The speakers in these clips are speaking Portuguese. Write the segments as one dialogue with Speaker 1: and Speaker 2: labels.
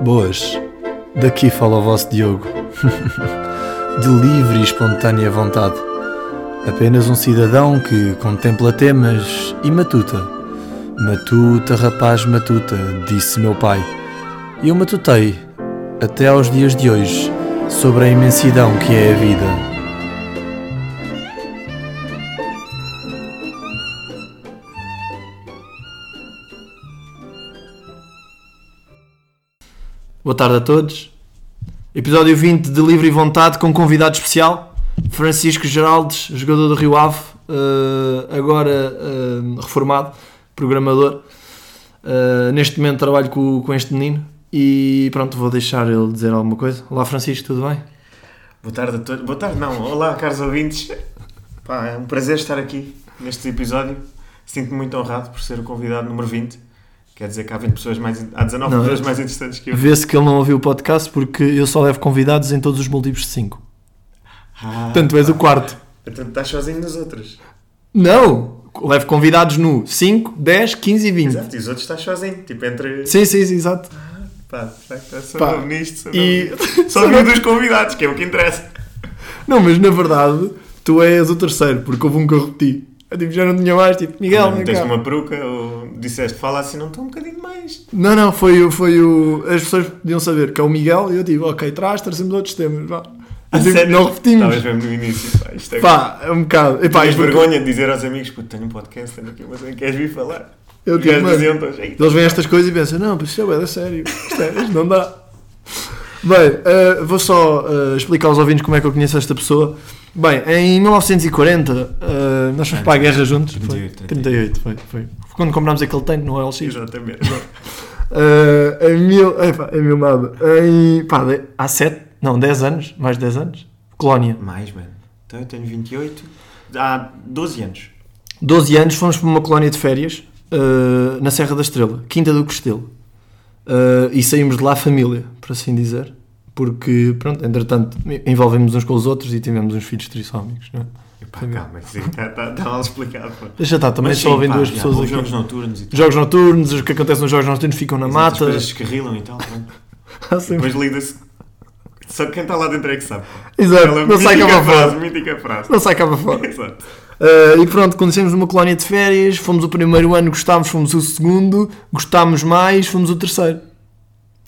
Speaker 1: Boas, daqui fala o vosso Diogo. De livre e espontânea vontade. Apenas um cidadão que contempla temas e matuta. Matuta, rapaz, matuta, disse meu pai. E eu matutei, até aos dias de hoje, sobre a imensidão que é a vida. Boa tarde a todos. Episódio 20 de Livre e Vontade com convidado especial, Francisco Geraldes, jogador do Rio Ave, eh, agora eh, reformado, programador. Eh, neste momento trabalho com, com este menino e pronto, vou deixar ele dizer alguma coisa. Olá Francisco, tudo bem?
Speaker 2: Boa tarde a todos. Boa tarde, não. Olá, caros ouvintes. Pá, é um prazer estar aqui neste episódio. Sinto-me muito honrado por ser o convidado número 20. Quer dizer que há 20 pessoas mais. Há 19
Speaker 1: Não,
Speaker 2: pessoas
Speaker 1: eu-
Speaker 2: mais interessantes que eu.
Speaker 1: Vê-se que ele não ouviu o podcast porque eu só levo convidados em todos os múltiplos de 5.
Speaker 2: Ah,
Speaker 1: Portanto, és o quarto.
Speaker 2: portanto, estás sozinho nos outros.
Speaker 1: Não! Levo convidados no 5, 10, 15 e 20.
Speaker 2: Exato, e os outros estás sozinho. Tipo, entre.
Speaker 1: Sim, sim, sim, exato.
Speaker 2: Pá, perfeito. sou
Speaker 1: Pá,
Speaker 2: novo nisto. Sou
Speaker 1: e-
Speaker 2: novo. Só um dos convidados, que é o que interessa.
Speaker 1: Não, mas na verdade, tu és o terceiro, porque houve um que eu repeti. Eu, tipo, já não tinha mais, tipo, Miguel,
Speaker 2: não
Speaker 1: vem
Speaker 2: tens
Speaker 1: cá.
Speaker 2: uma peruca ou disseste, fala assim, não estou um bocadinho mais.
Speaker 1: Não, não, foi, o- foi o. As pessoas podiam saber que é o Miguel e eu digo, ok, traz, trazemos outros temas, vá. Eu, tipo,
Speaker 2: Sério?
Speaker 1: não repetimos.
Speaker 2: Estavas mesmo no início. Pá, isto é.
Speaker 1: Pá, é um bocado. Epá,
Speaker 2: Tens
Speaker 1: isto-
Speaker 2: vergonha de dizer aos amigos, puto, tenho um podcast, tenho aqui, mas queres vir falar?
Speaker 1: Eu
Speaker 2: E
Speaker 1: digo,
Speaker 2: eles
Speaker 1: mano,
Speaker 2: diziam é todos, "Ei,
Speaker 1: Eles veem estas coisas e pensam, não, mas isto é bué da sério, isto, é, isto não dá. Bem, eh, vou só eh, explicar aos ouvintes como é que eu conheço esta pessoa. Bem, em 1940 eh, nós fomos para a guerra juntos. foi?
Speaker 2: 38,
Speaker 1: 38, foi, foi. Foi Quando comprámos aquele tanque no OLX.
Speaker 2: Exatamente.
Speaker 1: Eh, em mil. Epá, em mil nada. Em. Pá, de- há 7, não, 10 anos, mais de 10 anos. Colónia.
Speaker 2: Mais, mano. Então eu tenho 28, há 12 anos.
Speaker 1: 12 anos fomos para uma colónia de férias eh, na Serra da Estrela, Quinta do Costelo. Eh, e saímos de lá família, por assim dizer. Porque, pronto, entretanto, envolvemos uns com os outros e tivemos uns filhos trissómicos. Não é?
Speaker 2: E pá,
Speaker 1: Sim.
Speaker 2: calma, está tá, tá mal explicado. Pá.
Speaker 1: Deixa estar, tá, também é
Speaker 2: Mas
Speaker 1: só
Speaker 2: sim,
Speaker 1: ouvem
Speaker 2: pá,
Speaker 1: duas
Speaker 2: já,
Speaker 1: pessoas
Speaker 2: houve
Speaker 1: aqui.
Speaker 2: Jogos
Speaker 1: Jogos,
Speaker 2: noturnos e tal.
Speaker 1: noturnos, os que acontecem nos jogos noturnos ficam na
Speaker 2: Exato, As
Speaker 1: mata.
Speaker 2: coisas descarrilam e tal. pronto.
Speaker 1: Há sempre-
Speaker 2: Depois lida-se. Só que quem está lá dentro é que sabe. pá.
Speaker 1: Exato,
Speaker 2: Aquela
Speaker 1: não sai cá
Speaker 2: mítica
Speaker 1: para fora.
Speaker 2: frase. Mítica frase.
Speaker 1: Não sai cá para fora.
Speaker 2: Exato.
Speaker 1: Uh, e pronto, conhecemos numa colónia de férias, fomos o primeiro ano, gostámos, fomos o segundo, gostámos mais, fomos o terceiro.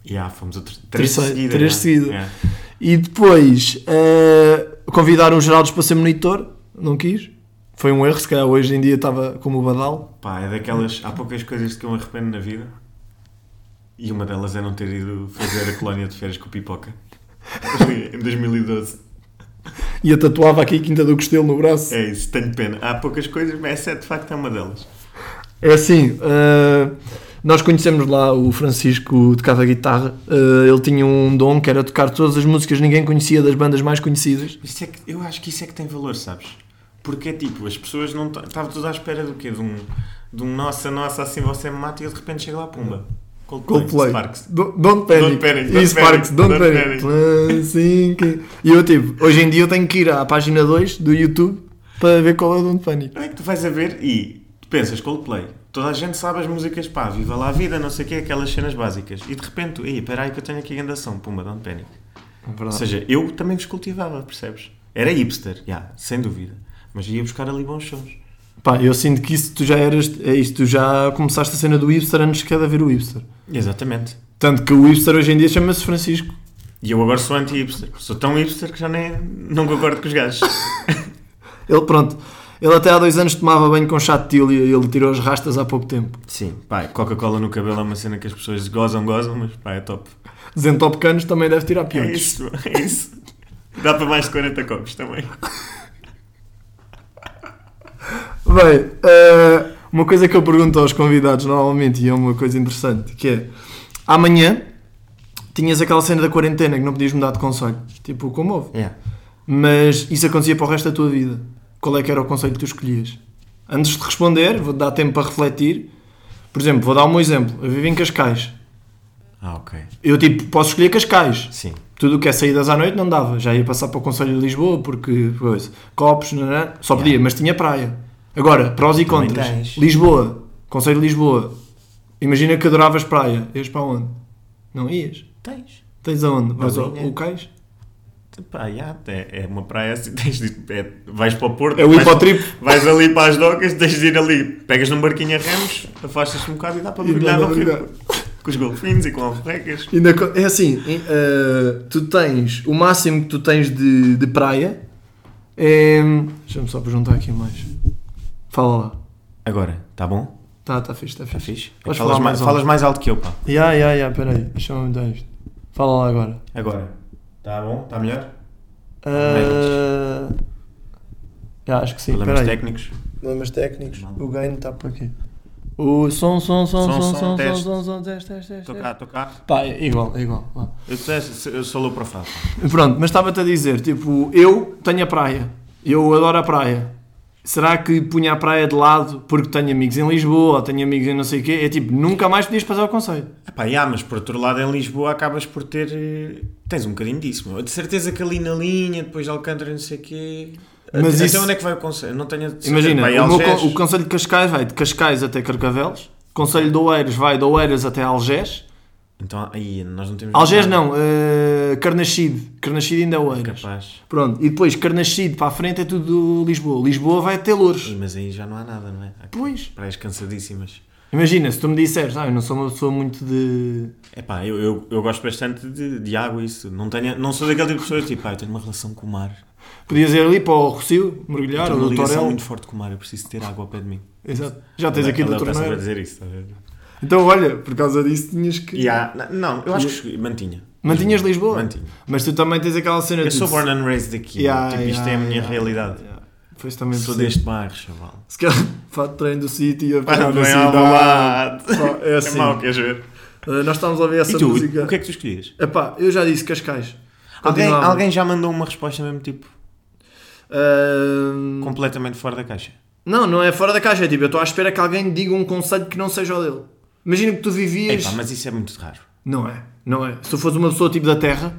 Speaker 2: E há, fomos outros. Três
Speaker 1: Terceiro-
Speaker 2: seguidas.
Speaker 1: três
Speaker 2: não é?
Speaker 1: seguidas.
Speaker 2: É.
Speaker 1: E depois uh, convidaram o Geraldes para ser monitor, não quis. Foi um erro, se calhar hoje em dia estava como o Badal.
Speaker 2: Pá, é daquelas. Há poucas coisas que eu me arrependo na vida. E uma delas é não ter ido fazer a colónia de férias com o pipoca. em 2012.
Speaker 1: E eu tatuava aqui a Quinta do Costelo no braço.
Speaker 2: É isso, tenho pena. Há poucas coisas, mas essa é de facto é uma delas.
Speaker 1: É assim, uh, nós conhecemos lá o Francisco, tocava guitarra. Uh, ele tinha um dom que era tocar todas as músicas que ninguém conhecia das bandas mais conhecidas.
Speaker 2: Isso é que, eu acho que isso é que tem valor, sabes? Porque é tipo, as pessoas não. ta- Estava tudo à espera do quê? De um, de um nossa, nossa, assim você me mata e eu de repente chega lá, pumba. Coldplay.
Speaker 1: Coldplay.
Speaker 2: Sparks.
Speaker 1: Don't, don't panic.
Speaker 2: Don't panic,
Speaker 1: E
Speaker 2: don't
Speaker 1: Sparks,
Speaker 2: panic,
Speaker 1: don't,
Speaker 2: don't
Speaker 1: panic.
Speaker 2: panic.
Speaker 1: Plan, sinking. E eu tipo, hoje em dia eu tenho que ir à página 2 do YouTube para ver qual é o Don't Panic.
Speaker 2: Não é que tu vais a ver e tu pensas Coldplay. Toda a gente sabe as músicas, pá, viva lá a vida, não sei o quê, aquelas cenas básicas. E de repente, tu, ei, espera aí que eu tenho aqui a grande pumba, don't panic. Ou seja, eu também vos cultivava, percebes? Era hipster, já, sem dúvida. Mas ia buscar ali bons sons.
Speaker 1: Pá, eu sinto que isso tu já eras, é isso, tu já começaste a cena do hipster antes que é de haver o hipster.
Speaker 2: Exatamente.
Speaker 1: Tanto que o hipster hoje em dia chama-se Francisco.
Speaker 2: E eu agora sou anti-hipster. Sou tão hipster que já nem não concordo com os gajos.
Speaker 1: Ele, pronto, ele até há dois anos tomava banho com chá de tília e ele tirou as rastas há pouco tempo.
Speaker 2: Sim, pá, Coca-Cola no cabelo é uma cena que as pessoas gozam, gozam, mas pá, é top.
Speaker 1: Zentopecanos também deve tirar
Speaker 2: É
Speaker 1: piores.
Speaker 2: isso, é isso. Dá para mais de 40 copos também.
Speaker 1: Bem, eh, uma coisa que eu pergunto aos convidados normalmente, e é uma coisa interessante, que é amanhã tinhas aquela cena da quarentena que não podias mudar de conselho, tipo como houve,
Speaker 2: Yeah.
Speaker 1: mas isso acontecia para o resto da tua vida. Qual é que era o conselho que tu escolhias? Antes de responder, vou dar tempo para refletir. Por exemplo, vou dar um exemplo. Eu vivo em Cascais.
Speaker 2: Ah, ok.
Speaker 1: Eu tipo, posso escolher Cascais.
Speaker 2: Sim.
Speaker 1: Tudo o que é saídas à noite não dava. Já ia passar para o Conselho de Lisboa porque coisa. copos, não, é? só podia, mas tinha praia. Agora, prós e
Speaker 2: Também
Speaker 1: contras.
Speaker 2: tens.
Speaker 1: Lisboa, Conselho de Lisboa. Imagina que adoravas praia. Ias para onde? Não ias?
Speaker 2: Tens.
Speaker 1: Tens aonde? Vais ao
Speaker 2: Bolinha.
Speaker 1: o cais?
Speaker 2: Pá, já, é, é uma praia assim, tens de, é- vais para o Porto,
Speaker 1: É o
Speaker 2: vais,
Speaker 1: hipotrip.
Speaker 2: vais ali para as docas, tens de ir ali, pegas num barquinho a remos, afastas-te um bocado e dá para
Speaker 1: E dá
Speaker 2: mergulhar
Speaker 1: para
Speaker 2: no rio.
Speaker 1: mergulhar.
Speaker 2: Com os golfinhos e com alforrecas.
Speaker 1: E na co- É assim, em- eh, tu tens, o máximo que tu tens de, de praia é... Deixa-me só para juntar aqui mais. Fala lá.
Speaker 2: Agora, está bom?
Speaker 1: Tá, tá fixe, tá
Speaker 2: Está
Speaker 1: fixe.
Speaker 2: fixe? É que
Speaker 1: Podes
Speaker 2: falas,
Speaker 1: falar
Speaker 2: mais,
Speaker 1: mais um. alto.
Speaker 2: falas mais alto que eu, pá.
Speaker 1: Ya, ya, ya, peraí. Deixa-me mudar isto. Fala lá agora.
Speaker 2: Agora, está bom? Está melhor?
Speaker 1: Eh, ya, acho que sim,
Speaker 2: Problemas
Speaker 1: peraí.
Speaker 2: técnicos.
Speaker 1: Problemas técnicos.
Speaker 2: Mal.
Speaker 1: O ganho está por aqui. O som, som, som, som, som, som,
Speaker 2: teste.
Speaker 1: som, som, teste, teste, teste.
Speaker 2: Estou cá, estou cá.
Speaker 1: Pá, é igual, é igual. vá.
Speaker 2: Eu, sou- eu sou louco para falar.
Speaker 1: Pronto, mas estava-te a dizer, tipo, eu tenho a praia. Eu adoro a praia. Será que punha a praia de lado porque tenho amigos em Lisboa, ou tenho amigos em não sei o quê? É tipo, nunca mais podias passar o conceito.
Speaker 2: Epá, já, mas por outro lado em Lisboa acabas por ter. eh, Tens um bocadinho disso, meu. De certeza que ali na linha, depois de Alcântara, não sei o quê.
Speaker 1: Mas
Speaker 2: até,
Speaker 1: isso-
Speaker 2: até onde é que vai o conselho? Não tenho a certeza.
Speaker 1: Imagina,
Speaker 2: Vai
Speaker 1: o, meu
Speaker 2: Algés.
Speaker 1: con- o Conselho de Cascais vai de Cascais até Carcavelos, Conselho de Oeiras vai de Oeiras até Algés,
Speaker 2: Então, aí, nós não temos.
Speaker 1: Algés não, eh, Carnachide, Carnachide ainda é Oeiras.
Speaker 2: Capaz.
Speaker 1: Pronto, e depois Carnachide para a frente é tudo Lisboa, Lisboa vai até Louros.
Speaker 2: Ih, Mas aí já não há nada, não é? Há
Speaker 1: Pois.
Speaker 2: praias cansadíssimas.
Speaker 1: Imagina, se tu me disseres, ah, eu não sou uma pessoa muito de...
Speaker 2: Epá, eu, eu, eu gosto bastante de, de água, isso. Não, tenho, não sou daquele tipo de pessoa tipo, ah, eu tenho uma relação com o mar.
Speaker 1: Podias ir ali para o Rocio, mergulhar,
Speaker 2: Tenho
Speaker 1: ou
Speaker 2: uma
Speaker 1: do
Speaker 2: ligação
Speaker 1: Torel.
Speaker 2: assim muito forte com o mar, eu preciso ter água ao pé de mim.
Speaker 1: Exato. Já tens aqui
Speaker 2: Ela-
Speaker 1: do
Speaker 2: ela parece a
Speaker 1: torneio.
Speaker 2: dizer isso, está a ver?
Speaker 1: Então olha, por causa disso tinhas que...
Speaker 2: E há- n- Não, eu acho que cheguei- mantinha.
Speaker 1: Mantinhas Lisboa?
Speaker 2: Mantinha.
Speaker 1: Mas tu também tens aquela cena
Speaker 2: Eu
Speaker 1: de...
Speaker 2: sou born and raised aqui.
Speaker 1: Yeah,
Speaker 2: tipo, isto
Speaker 1: yeah,
Speaker 2: é a minha
Speaker 1: yeah,
Speaker 2: realidade.
Speaker 1: yeah. Pois também
Speaker 2: Sou
Speaker 1: percebo.
Speaker 2: deste bairro, chaval.
Speaker 1: Se calhar, fato de treino do City, a parar na
Speaker 2: Bem,
Speaker 1: cidade.
Speaker 2: Alvalade.
Speaker 1: Pá, é assim.
Speaker 2: É mau, queres ver?
Speaker 1: Uh, nós estávamos a ouvir essa
Speaker 2: e tu,
Speaker 1: música.
Speaker 2: o que é que tu escolhias?
Speaker 1: Epá, eu já disse Cascais.
Speaker 2: Alguém,
Speaker 1: Continuava.
Speaker 2: alguém já mandou uma resposta mesmo tipo,
Speaker 1: Ahm,
Speaker 2: completamente fora da caixa.
Speaker 1: Não, não é fora da caixa. é Tipo, eu estou à espera que alguém diga um conselho que não seja o dele. Imagina que tu vivias.
Speaker 2: Epá, mas isso é muito raro.
Speaker 1: Não é, não é. Se tu fores uma pessoa tipo da Terra,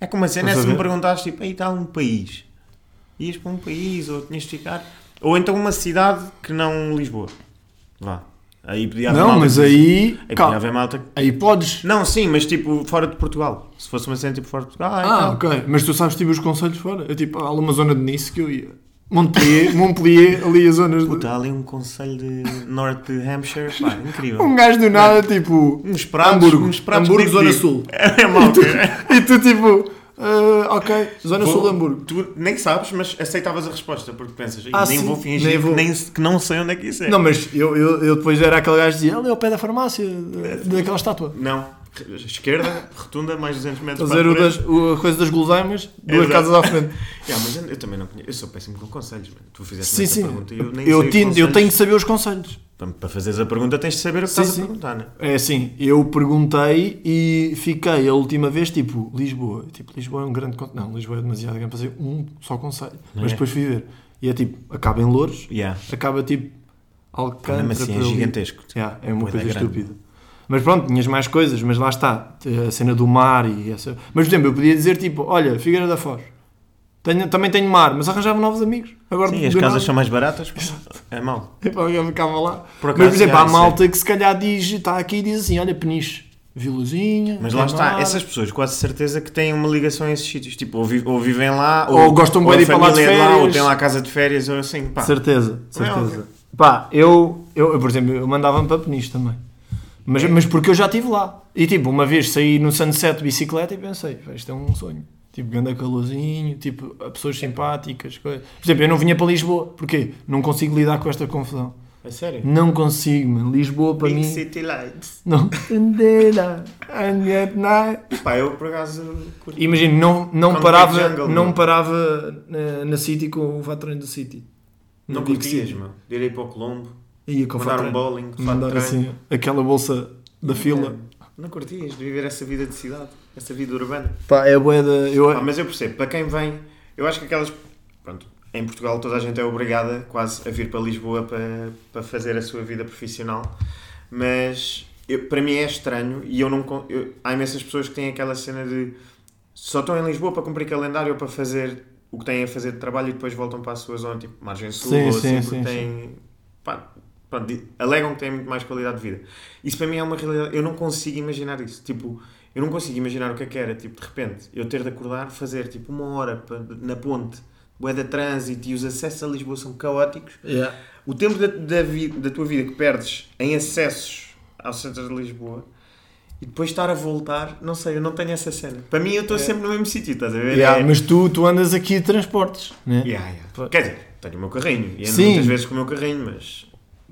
Speaker 2: É como a cena é
Speaker 1: Estás a
Speaker 2: se me
Speaker 1: ver?
Speaker 2: perguntaste tipo, aí está um país. Ias para um país ou tinhas de ficar. Ou então uma cidade que não Lisboa. Vá. Aí podia haver
Speaker 1: Não,
Speaker 2: malta
Speaker 1: mas
Speaker 2: que-
Speaker 1: aí-
Speaker 2: Aí podia
Speaker 1: calma.
Speaker 2: haver malta. que-
Speaker 1: aí podes.
Speaker 2: Não, sim, mas tipo fora de Portugal. Se fosse uma cena tipo fora de Portugal. aí
Speaker 1: Ah,
Speaker 2: tal.
Speaker 1: ok. Mas tu sabes tipo os conselhos fora. É tipo, há ali uma zona de Nice que eu ia. Montpellier, Montpellier ali as zonas. de-
Speaker 2: Puta, há ali um conselho de North de Hampshire, pá, incrível.
Speaker 1: Um gajo do nada, tipo.
Speaker 2: Uns pratos,
Speaker 1: Hamburgo,
Speaker 2: uns pratos
Speaker 1: Hamburgo,
Speaker 2: de
Speaker 1: Zona
Speaker 2: dip-dip.
Speaker 1: Sul.
Speaker 2: É, mau, cara.
Speaker 1: E tu tipo. ah, ok, Zona Sul de Hamburgo.
Speaker 2: Tu nem sabes, mas aceitavas a resposta, porque pensas, "Ih,
Speaker 1: Ah,
Speaker 2: nem
Speaker 1: sim,
Speaker 2: vou fingir
Speaker 1: nem vou."
Speaker 2: Que, nem- que não sei onde é que isso é.
Speaker 1: Não, mas eu, eu, eu depois era aquele gajo que dizia, ele é o pé da farmácia, daquela estátua.
Speaker 2: Não. Esquerda, rotunda, mais 200 metros
Speaker 1: Fazer o
Speaker 2: frente.
Speaker 1: das, o- a coisa das guloseimas, duas
Speaker 2: Exato.
Speaker 1: casas à frente.
Speaker 2: Yeah, mas eu, eu também não conheço. Eu sou péssimo com conselhos, mano. Tu fizeste
Speaker 1: sim,
Speaker 2: essa
Speaker 1: sim.
Speaker 2: pergunta e eu nem
Speaker 1: Eu,
Speaker 2: sei os
Speaker 1: tin- eu
Speaker 2: conselhos.
Speaker 1: tenho que saber os conselhos.
Speaker 2: Para- Para fazeres a pergunta tens de saber o que
Speaker 1: Sim,
Speaker 2: estás
Speaker 1: sim.
Speaker 2: a perguntar, né?
Speaker 1: É assim, eu perguntei e fiquei a última vez tipo Lisboa. Tipo, Lisboa é um grande conselho. Não, Lisboa é demasiado grande para ser um só conselho.
Speaker 2: Não
Speaker 1: Mas
Speaker 2: é?
Speaker 1: depois fui ver. E é tipo, acaba em Louros,
Speaker 2: Yeah.
Speaker 1: acaba tipo Alcântara.
Speaker 2: Mesmo assim,
Speaker 1: para
Speaker 2: é
Speaker 1: ali.
Speaker 2: gigantesco.
Speaker 1: Yeah, é uma
Speaker 2: Bué da
Speaker 1: coisa
Speaker 2: grande.
Speaker 1: estúpida. Mas pronto, tinhas mais coisas, mas lá está. eh, A cena do mar e essa. Mas por exemplo, eu podia dizer tipo: olha, Figueira da Foz. Tenho- também tenho mar, mas arranjava novos amigos. Agora,
Speaker 2: Sim, as
Speaker 1: do
Speaker 2: casas
Speaker 1: nada,
Speaker 2: são mais baratas. pá. É mau.
Speaker 1: epá, eu ficava lá.
Speaker 2: Por acaso,
Speaker 1: mas por exemplo,
Speaker 2: já,
Speaker 1: há
Speaker 2: isso é-
Speaker 1: malta que se calhar diz, está aqui e diz assim: olha, Peniche, Vilazinha.
Speaker 2: Mas lá
Speaker 1: tem
Speaker 2: está,
Speaker 1: mar.
Speaker 2: essas pessoas quase certeza que têm uma ligação a esses sítios. Tipo, ou, vi- ou vivem lá,
Speaker 1: Ou gostam bué
Speaker 2: a
Speaker 1: de ir para lá de
Speaker 2: família é lá, ou
Speaker 1: férias.
Speaker 2: têm lá casa de férias, ou assim, pá.
Speaker 1: Certeza,
Speaker 2: Não é
Speaker 1: certeza.
Speaker 2: óbvio.
Speaker 1: Pá, eu, eu, eu, por exemplo, eu mandava-me para Peniche também. Mas,
Speaker 2: É.
Speaker 1: mas porque eu já estive lá. E tipo, uma vez saí no sunset de bicicleta e pensei, "Pá, isto é um sonho. Tipo, ganda calorzinho, tipo, pessoas simpáticas, coisas. Por exemplo, eu não vinha para Lisboa. Porquê? Não consigo lidar com esta confusão.
Speaker 2: É sério?
Speaker 1: Não consigo, mano. Lisboa Hum, para
Speaker 2: Big
Speaker 1: mim.
Speaker 2: City Lights.
Speaker 1: Não. Candela, and at night.
Speaker 2: Pá, eu por acaso. curto.
Speaker 1: Imagina, não, não
Speaker 2: Concrete
Speaker 1: parava,
Speaker 2: Jungle,
Speaker 1: não
Speaker 2: meu.
Speaker 1: parava na, na City com o Vatrano do City.
Speaker 2: Não
Speaker 1: digo
Speaker 2: curtias,
Speaker 1: sim.
Speaker 2: meu. De ir aí para o Colombo,
Speaker 1: Ia com o
Speaker 2: mandar um
Speaker 1: Vatrano.
Speaker 2: bowling, de fato
Speaker 1: mandar
Speaker 2: de treino.
Speaker 1: assim aquela bolsa da fila.
Speaker 2: Não curtias de viver essa vida de cidade, essa vida urbana.
Speaker 1: Pá, é bué da. Eu,
Speaker 2: Ah, mas eu percebo, para quem vem, eu acho que aquelas. Pronto, em Portugal toda a gente é obrigada quase a vir para Lisboa para, para fazer a sua vida profissional, mas eu- para mim é estranho e eu não. con- eu- há imensas pessoas que têm aquela cena de só estão em Lisboa para cumprir calendário ou para fazer o que têm a fazer de trabalho e depois voltam para a sua zona, tipo Margem Sul,
Speaker 1: Sim,
Speaker 2: ou
Speaker 1: sim,
Speaker 2: assim,
Speaker 1: sim,
Speaker 2: porque têm. Pá, Pronto, di- alegam que têm muito mais qualidade de vida. Isso para mim é uma realidade. Eu não consigo imaginar isso. Tipo, eu não consigo imaginar o que é que era. Tipo, de repente, eu ter de acordar, fazer tipo uma hora pa- na ponte, bué de trânsito e os acessos a Lisboa são caóticos.
Speaker 1: Yeah.
Speaker 2: O tempo da, da vi- da tua vida que perdes em acessos ao centro de Lisboa e depois estar a voltar, não sei, eu não tenho essa cena. Para mim, eu estou sempre no mesmo sítio, estás a ver?
Speaker 1: É. Yeah,
Speaker 2: É-
Speaker 1: Mas tu, tu andas aqui de transportes, né?
Speaker 2: Yeah, yeah.
Speaker 1: Pois.
Speaker 2: Quer dizer, tenho o meu carrinho e ando
Speaker 1: Sim.
Speaker 2: muitas vezes com o meu carrinho, mas.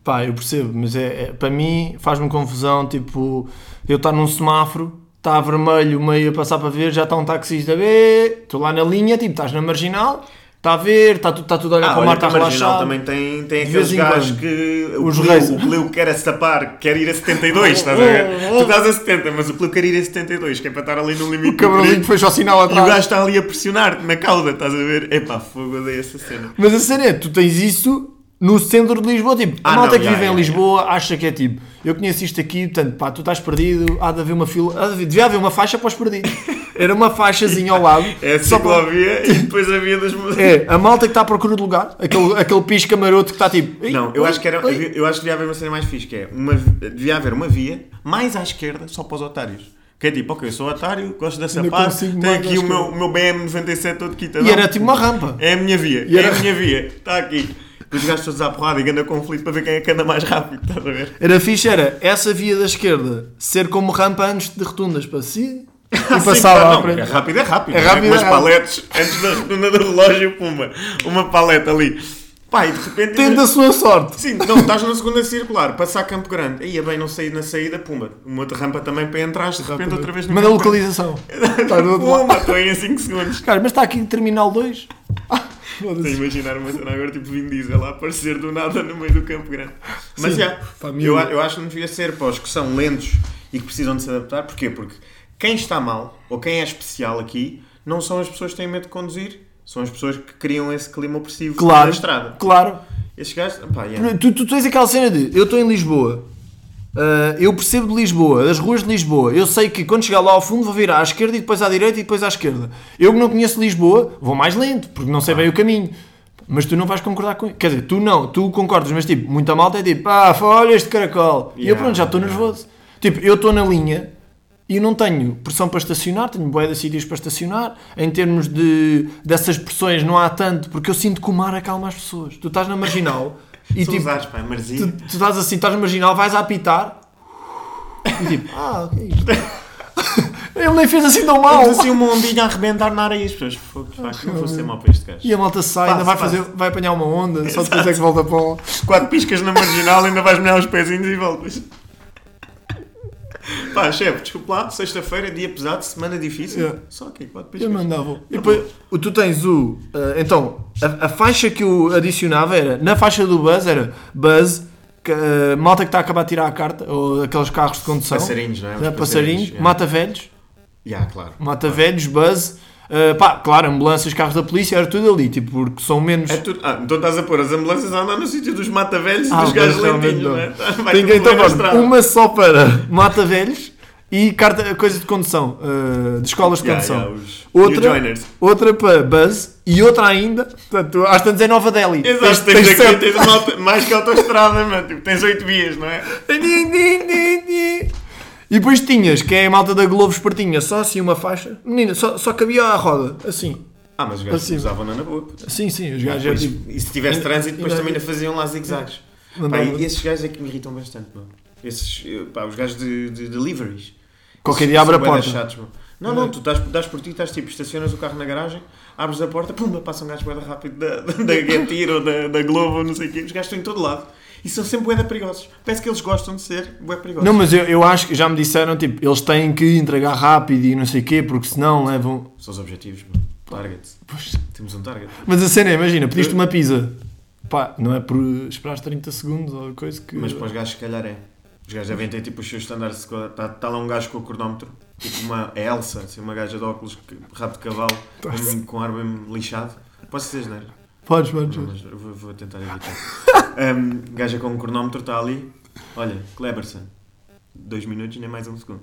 Speaker 1: Pá, eu percebo, mas é, é- para mim faz-me confusão, tipo, eu estar num semáforo, está vermelho, meio a passar para ver, já está um taxista, "Ê", estou lá na linha, tipo, estás na marginal, está a ver, está, tu- está tudo a olhar
Speaker 2: Ah,
Speaker 1: para É o
Speaker 2: olha,
Speaker 1: mar,
Speaker 2: que
Speaker 1: está
Speaker 2: a marginal
Speaker 1: relaxado.
Speaker 2: também tem, tem
Speaker 1: De
Speaker 2: aqueles
Speaker 1: vez em
Speaker 2: gajos
Speaker 1: quando.
Speaker 2: que.
Speaker 1: Os
Speaker 2: o
Speaker 1: reis. Oh,
Speaker 2: Pleu, o Pleu quer a sapar, quer ir a 72, estás a ver? tu estás a 70, mas o Pleu quer ir a 72, que é para estar ali no limite.
Speaker 1: O cabrãozinho
Speaker 2: do perigo.
Speaker 1: fez ao sinal
Speaker 2: E o gajo
Speaker 1: atrás.
Speaker 2: está ali a pressionar-te na cauda, estás a ver? Epá, fogo, odeio essa cena.
Speaker 1: Mas a cena é, tu tens isso no centro de Lisboa, tipo, a
Speaker 2: Ah,
Speaker 1: malta
Speaker 2: não,
Speaker 1: que
Speaker 2: já,
Speaker 1: vive em
Speaker 2: já,
Speaker 1: Lisboa acha que é tipo, eu conheço isto aqui, portanto, pá, tu estás perdido, há de haver uma fila, há de haver- devia haver uma faixa para os perdidos. Era uma faixazinha ao lado.
Speaker 2: É a
Speaker 1: só para-
Speaker 2: ciclovia e depois a via das mulheres.
Speaker 1: É, a malta que está à procura de lugar, aquele, aquele pisca maroto que está tipo. "Ei,
Speaker 2: Não, eu
Speaker 1: oi,
Speaker 2: acho que era,
Speaker 1: oi".
Speaker 2: eu acho que devia haver uma cena mais fixe, que é uma, devia haver uma via mais à esquerda só para os otários. Que é tipo, ok, eu sou otário, gosto dessa
Speaker 1: Ainda
Speaker 2: parte,
Speaker 1: consigo
Speaker 2: tenho
Speaker 1: mais à
Speaker 2: aqui o
Speaker 1: esquerda.
Speaker 2: meu, o meu BM97 todo quita.
Speaker 1: E era tipo uma rampa.
Speaker 2: É a minha via,
Speaker 1: E
Speaker 2: é
Speaker 1: era-
Speaker 2: a minha via, está aqui. Os gajos todos à porrada e anda conflito para ver quem é que anda mais rápido, estás a ver?
Speaker 1: Era fixe, era essa via da esquerda ser como rampa antes de rotundas para si e
Speaker 2: Assim,
Speaker 1: passava
Speaker 2: pá,
Speaker 1: à
Speaker 2: não, é
Speaker 1: frente.
Speaker 2: rápido, é rápido.
Speaker 1: É
Speaker 2: não
Speaker 1: rápido,
Speaker 2: Umas
Speaker 1: é rápido.
Speaker 2: paletes antes da rotunda do relógio, puma. Uma paleta ali. Pá, e de repente.
Speaker 1: Tendo a sua sorte.
Speaker 2: Sim, não, estás na segunda circular, passar Campo Grande, aí é bem, não saí na saída, pumba, uma outra rampa também para entrar, de repente outra vez no
Speaker 1: Manda a
Speaker 2: Campo Grande.
Speaker 1: localização. Está do outro lado.
Speaker 2: Pumba, estou aí em 5 segundos.
Speaker 1: Cara, mas está aqui em Terminal 2. Ah,
Speaker 2: Estou a
Speaker 1: foda-se.
Speaker 2: imaginar uma cena agora tipo Vin Diesel a aparecer do nada no meio do Campo Grande. Mas
Speaker 1: Sim,
Speaker 2: já,
Speaker 1: família.
Speaker 2: eu, a- eu acho que não devia ser para os que são lentos e que precisam de se adaptar, porquê? Porque quem está mal, ou quem é especial aqui, não são as pessoas que têm medo de conduzir, são as pessoas que criam esse clima opressivo na
Speaker 1: Claro,
Speaker 2: estrada.
Speaker 1: claro.
Speaker 2: Esses gajos, pá, é, yeah.
Speaker 1: Tu, tu tens aquela cena de eu estou em Lisboa, ah, eu percebo de Lisboa, das ruas de Lisboa, eu sei que quando chegar lá ao fundo vou virar à esquerda e depois à direita e depois à esquerda. Eu que não conheço Lisboa, vou mais lento, porque não sei bem o caminho. Mas tu não vais concordar com Quer dizer, tu não, tu concordas, mas tipo, muita malta é tipo, ah, fa- olha este caracol. e eu
Speaker 2: Yeah,
Speaker 1: pronto, já estou
Speaker 2: yeah.
Speaker 1: nervoso. Tipo, eu estou na linha e não tenho pressão para estacionar, tenho boia de sítios para estacionar. Em termos de dessas pressões não há tanto, porque eu sinto que o mar acalma as pessoas. Tu estás na marginal e
Speaker 2: São
Speaker 1: tipo,
Speaker 2: os ares, pá, é Marzia.
Speaker 1: tu, tu estás assim, estás no marginal, vais a apitar e tipo, ah, o que é isto? Ele nem fez assim tão mal.
Speaker 2: Temos assim uma ondinha a arrebentar na areia e as pessoas, fogo, de facto, não vou ser mal para este gajo.
Speaker 1: E a malta sai, ainda
Speaker 2: Passa,
Speaker 1: vai,
Speaker 2: passa.
Speaker 1: fazer, vai apanhar uma onda, só depois é que volta para o.
Speaker 2: Quatro piscas na marginal, ainda vais molhar os pezinhos e voltas. Pá, chefe, desculpe lá, sexta-feira, dia pesado, semana difícil.
Speaker 1: Yeah.
Speaker 2: Só aqui, quatro
Speaker 1: Eu
Speaker 2: piscas.
Speaker 1: mandava. E depois, o- tu tens o. ah, então, a, a faixa que eu adicionava era. Na faixa do Buzz era Buzz, que, ah, malta que está a acabar de tirar a carta, ou aqueles carros de condução.
Speaker 2: Passarinhos, não é? Os
Speaker 1: Ah, passarinhos,
Speaker 2: yeah.
Speaker 1: mata velhos,
Speaker 2: Yeah, claro.
Speaker 1: mata velhos, Buzz. ah, pá, claro, ambulâncias, carros da polícia, era tudo ali, tipo, porque são menos.
Speaker 2: É tudo... Ah, então estás a pôr as ambulâncias a andar no sítio dos mata-velhos e
Speaker 1: Ah,
Speaker 2: dos gajos
Speaker 1: mas realmente
Speaker 2: lentinhos, não é?
Speaker 1: não.
Speaker 2: Tá, Vai
Speaker 1: Tem que
Speaker 2: tudo
Speaker 1: então
Speaker 2: bem na
Speaker 1: pronto,
Speaker 2: estrada.
Speaker 1: uma só para mata velhos e carta, coisa de condução, ah, de escolas de
Speaker 2: Yeah,
Speaker 1: condução.
Speaker 2: yeah, os new
Speaker 1: outra,
Speaker 2: joiners.
Speaker 1: outra para Buzz e outra ainda, portanto, às tantas é Nova Delhi.
Speaker 2: Exato,
Speaker 1: Tens-
Speaker 2: tens,
Speaker 1: tens
Speaker 2: aqui,
Speaker 1: sete.
Speaker 2: tens uma auto- mais que autoestrada, mano. Tipo, tens oito vias, não é?
Speaker 1: Din, din, din, din. E depois tinhas, que é a malta da Globo Espartinha, só assim uma faixa. Menina, só, só cabia a roda, assim.
Speaker 2: Ah, mas os
Speaker 1: gajos
Speaker 2: gajos
Speaker 1: Assim.
Speaker 2: usavam na boa, puta.
Speaker 1: Sim, sim, os
Speaker 2: Ah,
Speaker 1: gajos
Speaker 2: pois,
Speaker 1: é tipo...
Speaker 2: e se tivesse trânsito, depois
Speaker 1: ainda-
Speaker 2: também ainda faziam lá zigzags.
Speaker 1: Não
Speaker 2: Pá,
Speaker 1: dava.
Speaker 2: e esses gajos é que me irritam bastante, mano. Esses, eh, pá, os gajos de, de deliveries.
Speaker 1: Qualquer
Speaker 2: Esses
Speaker 1: dia abre
Speaker 2: são
Speaker 1: a
Speaker 2: bué
Speaker 1: porta. é?
Speaker 2: de chatos, mano. Não, não, tu dás, dás por ti, estás tipo, estacionas o carro na garagem, abres a porta, pumba, passa um gajo boeda rápido da, da, da Getir ou da, da Globo, não sei o quê. Os gajos estão em todo lado. E são sempre boeda perigosos. Parece que eles gostam de ser boeda perigosos.
Speaker 1: Não, mas eu, eu acho que já me disseram, tipo, eles têm que entregar rápido e não sei o quê, porque senão levam...
Speaker 2: São os objetivos, mano. Target. Temos um target.
Speaker 1: Mas a cena é, imagina, pediste uma pizza. Pá, não é por esperar 30 segundos ou coisa que...
Speaker 2: Mas para os gajos, se calhar é. Os gajos devem ter tipo os seus standards. Está tá lá um gajo com o cronómetro, tipo uma a Elsa, assim, uma gaja de óculos, que- rabo de cavalo,
Speaker 1: Tá assim.
Speaker 2: mesmo com ar bem lixado. Posso dizer, não
Speaker 1: Podes, podes.
Speaker 2: Não, mas eu vou, vou tentar evitar. um, gaja com o cronómetro está ali. Olha, Cleberson, dois minutos, nem mais um segundo.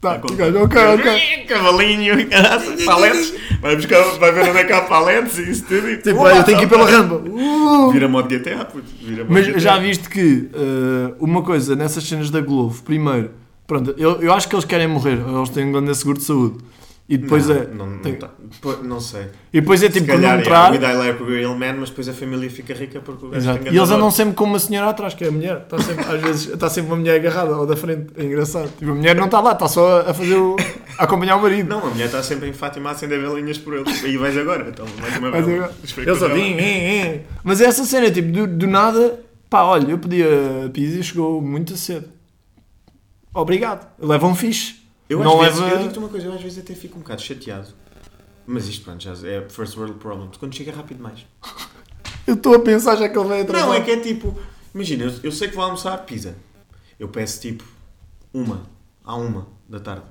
Speaker 1: Tá,
Speaker 2: Tá com-
Speaker 1: ok, ok, ok.
Speaker 2: Cavalinho, caraças, paletes, Vai, buscar, vai ver onde é que há paletes e isso tudo. E,
Speaker 1: Tipo,
Speaker 2: Pumba,
Speaker 1: "Ah, eu tenho que ir pela
Speaker 2: tá,
Speaker 1: rampa. Uh!
Speaker 2: tá. Vira modo GTA, puto. Vira modo
Speaker 1: Mas
Speaker 2: GTA.
Speaker 1: já viste que eh, uma coisa nessas cenas da Globo, primeiro, pronto, eu, eu acho que eles querem morrer, eles têm um grande seguro de saúde. E depois
Speaker 2: não,
Speaker 1: é.
Speaker 2: Não, não,
Speaker 1: tem-
Speaker 2: tá. Pô, não sei.
Speaker 1: E depois é tipo
Speaker 2: Se
Speaker 1: quando
Speaker 2: calhar
Speaker 1: entrar.
Speaker 2: é, o é Idai Lair com o Real Man, mas depois a família fica rica porque o gajo
Speaker 1: Exato.
Speaker 2: tem
Speaker 1: E eles
Speaker 2: grande
Speaker 1: andam
Speaker 2: lote.
Speaker 1: sempre com uma senhora atrás, que é a mulher. Está sempre, às vezes está sempre uma mulher agarrada ou da frente. É engraçado. Tipo, a mulher não está lá, está só a fazer o. a acompanhar o marido.
Speaker 2: Não, a mulher está sempre em Fátima a acender velinhas por ele. E vais agora. Então, mais uma
Speaker 1: Mas
Speaker 2: vela.
Speaker 1: eu-
Speaker 2: Esfrega
Speaker 1: eu só
Speaker 2: a vela.
Speaker 1: vim, eh, eh. Mas é essa cena, tipo, do, do nada, pá, olha, eu pedi a pizza e chegou muito cedo. Obrigado. Leva um fixe.
Speaker 2: Eu,
Speaker 1: não
Speaker 2: às vezes,
Speaker 1: leva.
Speaker 2: eu digo-te uma coisa, eu às vezes até fico um bocado chateado. Mas isto, pronto, já é first world problems. Quando chega rápido demais.
Speaker 1: Eu estou a pensar já que ele vai atrasar.
Speaker 2: Não, é que é tipo... Imagina, eu, eu sei que vou almoçar pizza. Eu peço tipo uma, à uma da tarde.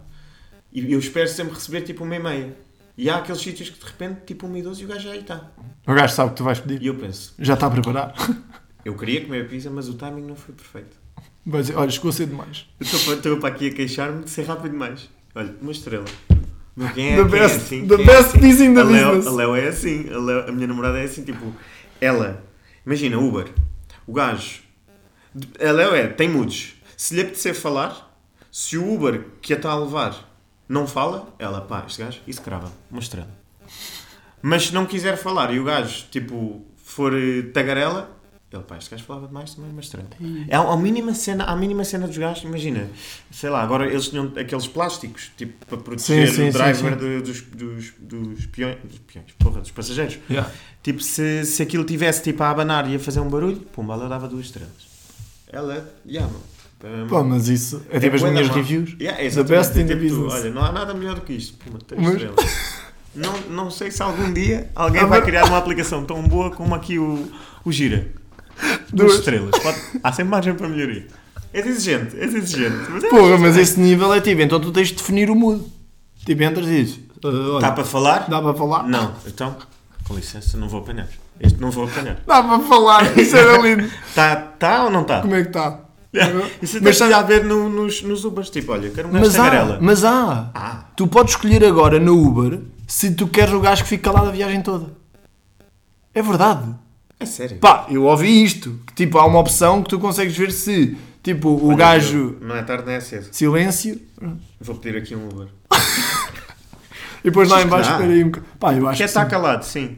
Speaker 2: E eu espero sempre receber tipo uma e meia. E há aqueles sítios que de repente tipo uma e doze e o gajo já aí está.
Speaker 1: O gajo sabe que tu vais
Speaker 2: E
Speaker 1: pedir.
Speaker 2: eu penso,
Speaker 1: Já está a preparar.
Speaker 2: eu queria comer pizza, mas o timing não foi perfeito.
Speaker 1: Vai dizer, olha, chegou cedo demais.
Speaker 2: Eu estou para- estou para aqui a queixar-me de ser rápido demais. Olha, uma estrela. Mas quem
Speaker 1: The
Speaker 2: é, quem é
Speaker 1: best-
Speaker 2: assim?
Speaker 1: the
Speaker 2: Quem é
Speaker 1: best
Speaker 2: assim?
Speaker 1: this in the
Speaker 2: a Leo,
Speaker 1: business.
Speaker 2: A Leo é assim. A, Leo- a minha namorada é assim, tipo... Ela... Imagina, Uber. O gajo... A Leo é... Tem moods. Se lhe apetecer falar, se o Uber que a está a levar não fala, ela, pá, este gajo, isso crava. Uma estrela. Mas se não quiser falar e o gajo, tipo, for eh, tagarela, ele, pá, este gajo falava demais também, mas estrela. É a mínima cena, a mínima cena dos gajos, imagina, sei lá, agora eles tinham aqueles plásticos, tipo, para proteger
Speaker 1: Sim, sim,
Speaker 2: o
Speaker 1: sim,
Speaker 2: driver
Speaker 1: sim.
Speaker 2: do- dos, dos, dos peões, dos peões, porra, dos passageiros. Tipo, se, se aquilo tivesse, tipo, a abanar e a fazer um barulho, pumba, ela dava duas estrelas. Ela, yeah, mano. eh,
Speaker 1: Pô, mas isso. É tipo as
Speaker 2: bué da
Speaker 1: minhas
Speaker 2: má.
Speaker 1: reviews.
Speaker 2: Yeah,
Speaker 1: The
Speaker 2: exatamente.
Speaker 1: best in the
Speaker 2: Tipo, tu,
Speaker 1: business.
Speaker 2: Olha, não há nada melhor do que isto. Puma, três
Speaker 1: Mas-
Speaker 2: estrelas. Não, não sei se algum dia
Speaker 1: Ah,
Speaker 2: alguém vai
Speaker 1: mas-
Speaker 2: criar uma aplicação tão boa como aqui o, o Gira. Duas,
Speaker 1: Duas.
Speaker 2: estrelas. Pode- há sempre margem para melhoria. És exigente, és exigente. Mas é-
Speaker 1: Porra, mas esse nível é tipo, então tu tens de definir o mood. Tipo, entras e dizes, "Ah, olha,
Speaker 2: Está para falar?
Speaker 1: dá para falar?
Speaker 2: Não. Então, com licença, não vou apanhar. Este não vou apanhar.
Speaker 1: Dá para falar, isso era lindo.
Speaker 2: Está tá ou não está?
Speaker 1: Como é que está?
Speaker 2: Isso
Speaker 1: Mas
Speaker 2: mas
Speaker 1: sabe-
Speaker 2: está a ver no- nos, nos Ubers. Tipo, olha, quero uma
Speaker 1: Mas
Speaker 2: tagarela.
Speaker 1: há, mas há.
Speaker 2: Ah.
Speaker 1: Tu podes escolher agora na Uber se tu queres o gajo que fica calado a viagem toda. É verdade.
Speaker 2: É sério.
Speaker 1: Pá, eu ouvi isto. Que, tipo, há uma opção que tu consegues ver se, tipo, o
Speaker 2: Olha,
Speaker 1: gajo...
Speaker 2: Não é tarde, nem é cedo.
Speaker 1: Silêncio.
Speaker 2: Vou pedir aqui um Uber.
Speaker 1: E depois lá
Speaker 2: Achas
Speaker 1: em
Speaker 2: que
Speaker 1: baixo,
Speaker 2: dá?
Speaker 1: espera aí um bocado. Pá, eu acho que
Speaker 2: Quer
Speaker 1: sim.
Speaker 2: é estar calado, sim.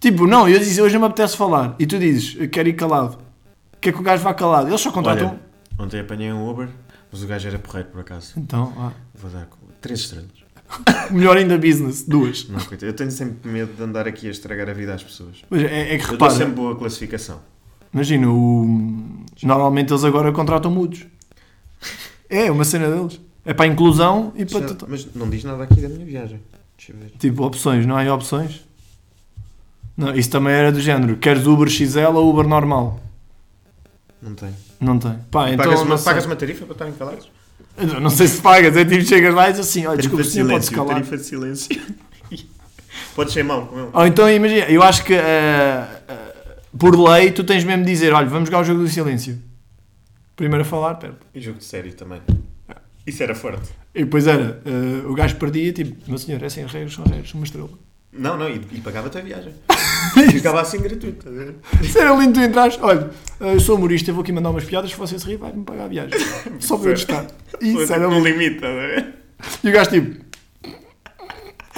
Speaker 1: Tipo, não, eu disse, hoje não me apetece falar. E tu dizes, eu quero ir calado. Quer que o gajo vá calado? Eles só contratam.
Speaker 2: Olha, ontem apanhei um Uber, mas o gajo era porreiro por acaso.
Speaker 1: Então, vá.
Speaker 2: Vou dar co- três estrelas.
Speaker 1: melhor ainda business, duas.
Speaker 2: Não, coitado. Eu tenho sempre medo de andar aqui a estragar a vida às pessoas.
Speaker 1: Mas é, é que
Speaker 2: Eu dou
Speaker 1: repara,
Speaker 2: sempre boa classificação.
Speaker 1: imagina, o... normalmente eles agora contratam mudos. É, uma cena deles. É para a inclusão e para.
Speaker 2: Já- mas não diz nada aqui da minha viagem. Deixa eu ver.
Speaker 1: Tipo, opções, não há opções? Não, isso também era do género. Queres Uber XL ou Uber normal?
Speaker 2: Não tem.
Speaker 1: Não tem. Pá, então.
Speaker 2: pagas,
Speaker 1: não,
Speaker 2: uma,
Speaker 1: sei.
Speaker 2: pagas uma tarifa para estarem calados?
Speaker 1: Eu não sei se pagas, é tipo, chegas lá e dizes assim: olha, desculpa,
Speaker 2: de
Speaker 1: senhor, pode-se
Speaker 2: silêncio.
Speaker 1: calar.
Speaker 2: Tarifa de silêncio. Podes ser mau com ele.
Speaker 1: Ou então imagina, eu acho que eh, eh, por lei tu tens mesmo de dizer, olha, vamos jogar o jogo do silêncio. Primeiro a falar, perto.
Speaker 2: E jogo de sério também. Isso era forte.
Speaker 1: E depois era, eh, o gajo perdia, tipo, meu senhor, é assim, as regras são regras, uma estrela.
Speaker 2: Não, não, e, e pagava-te a viagem. Ficava assim gratuito. estás a ver?
Speaker 1: Se era lindo tu entrares, olha, eh, eu sou humorista, eu vou aqui mandar umas piadas, se você se rir, vai-me pagar a viagem. Só para eu testar. Isso era
Speaker 2: Não
Speaker 1: lindo.
Speaker 2: limite, estás a ver?
Speaker 1: E o gajo tipo,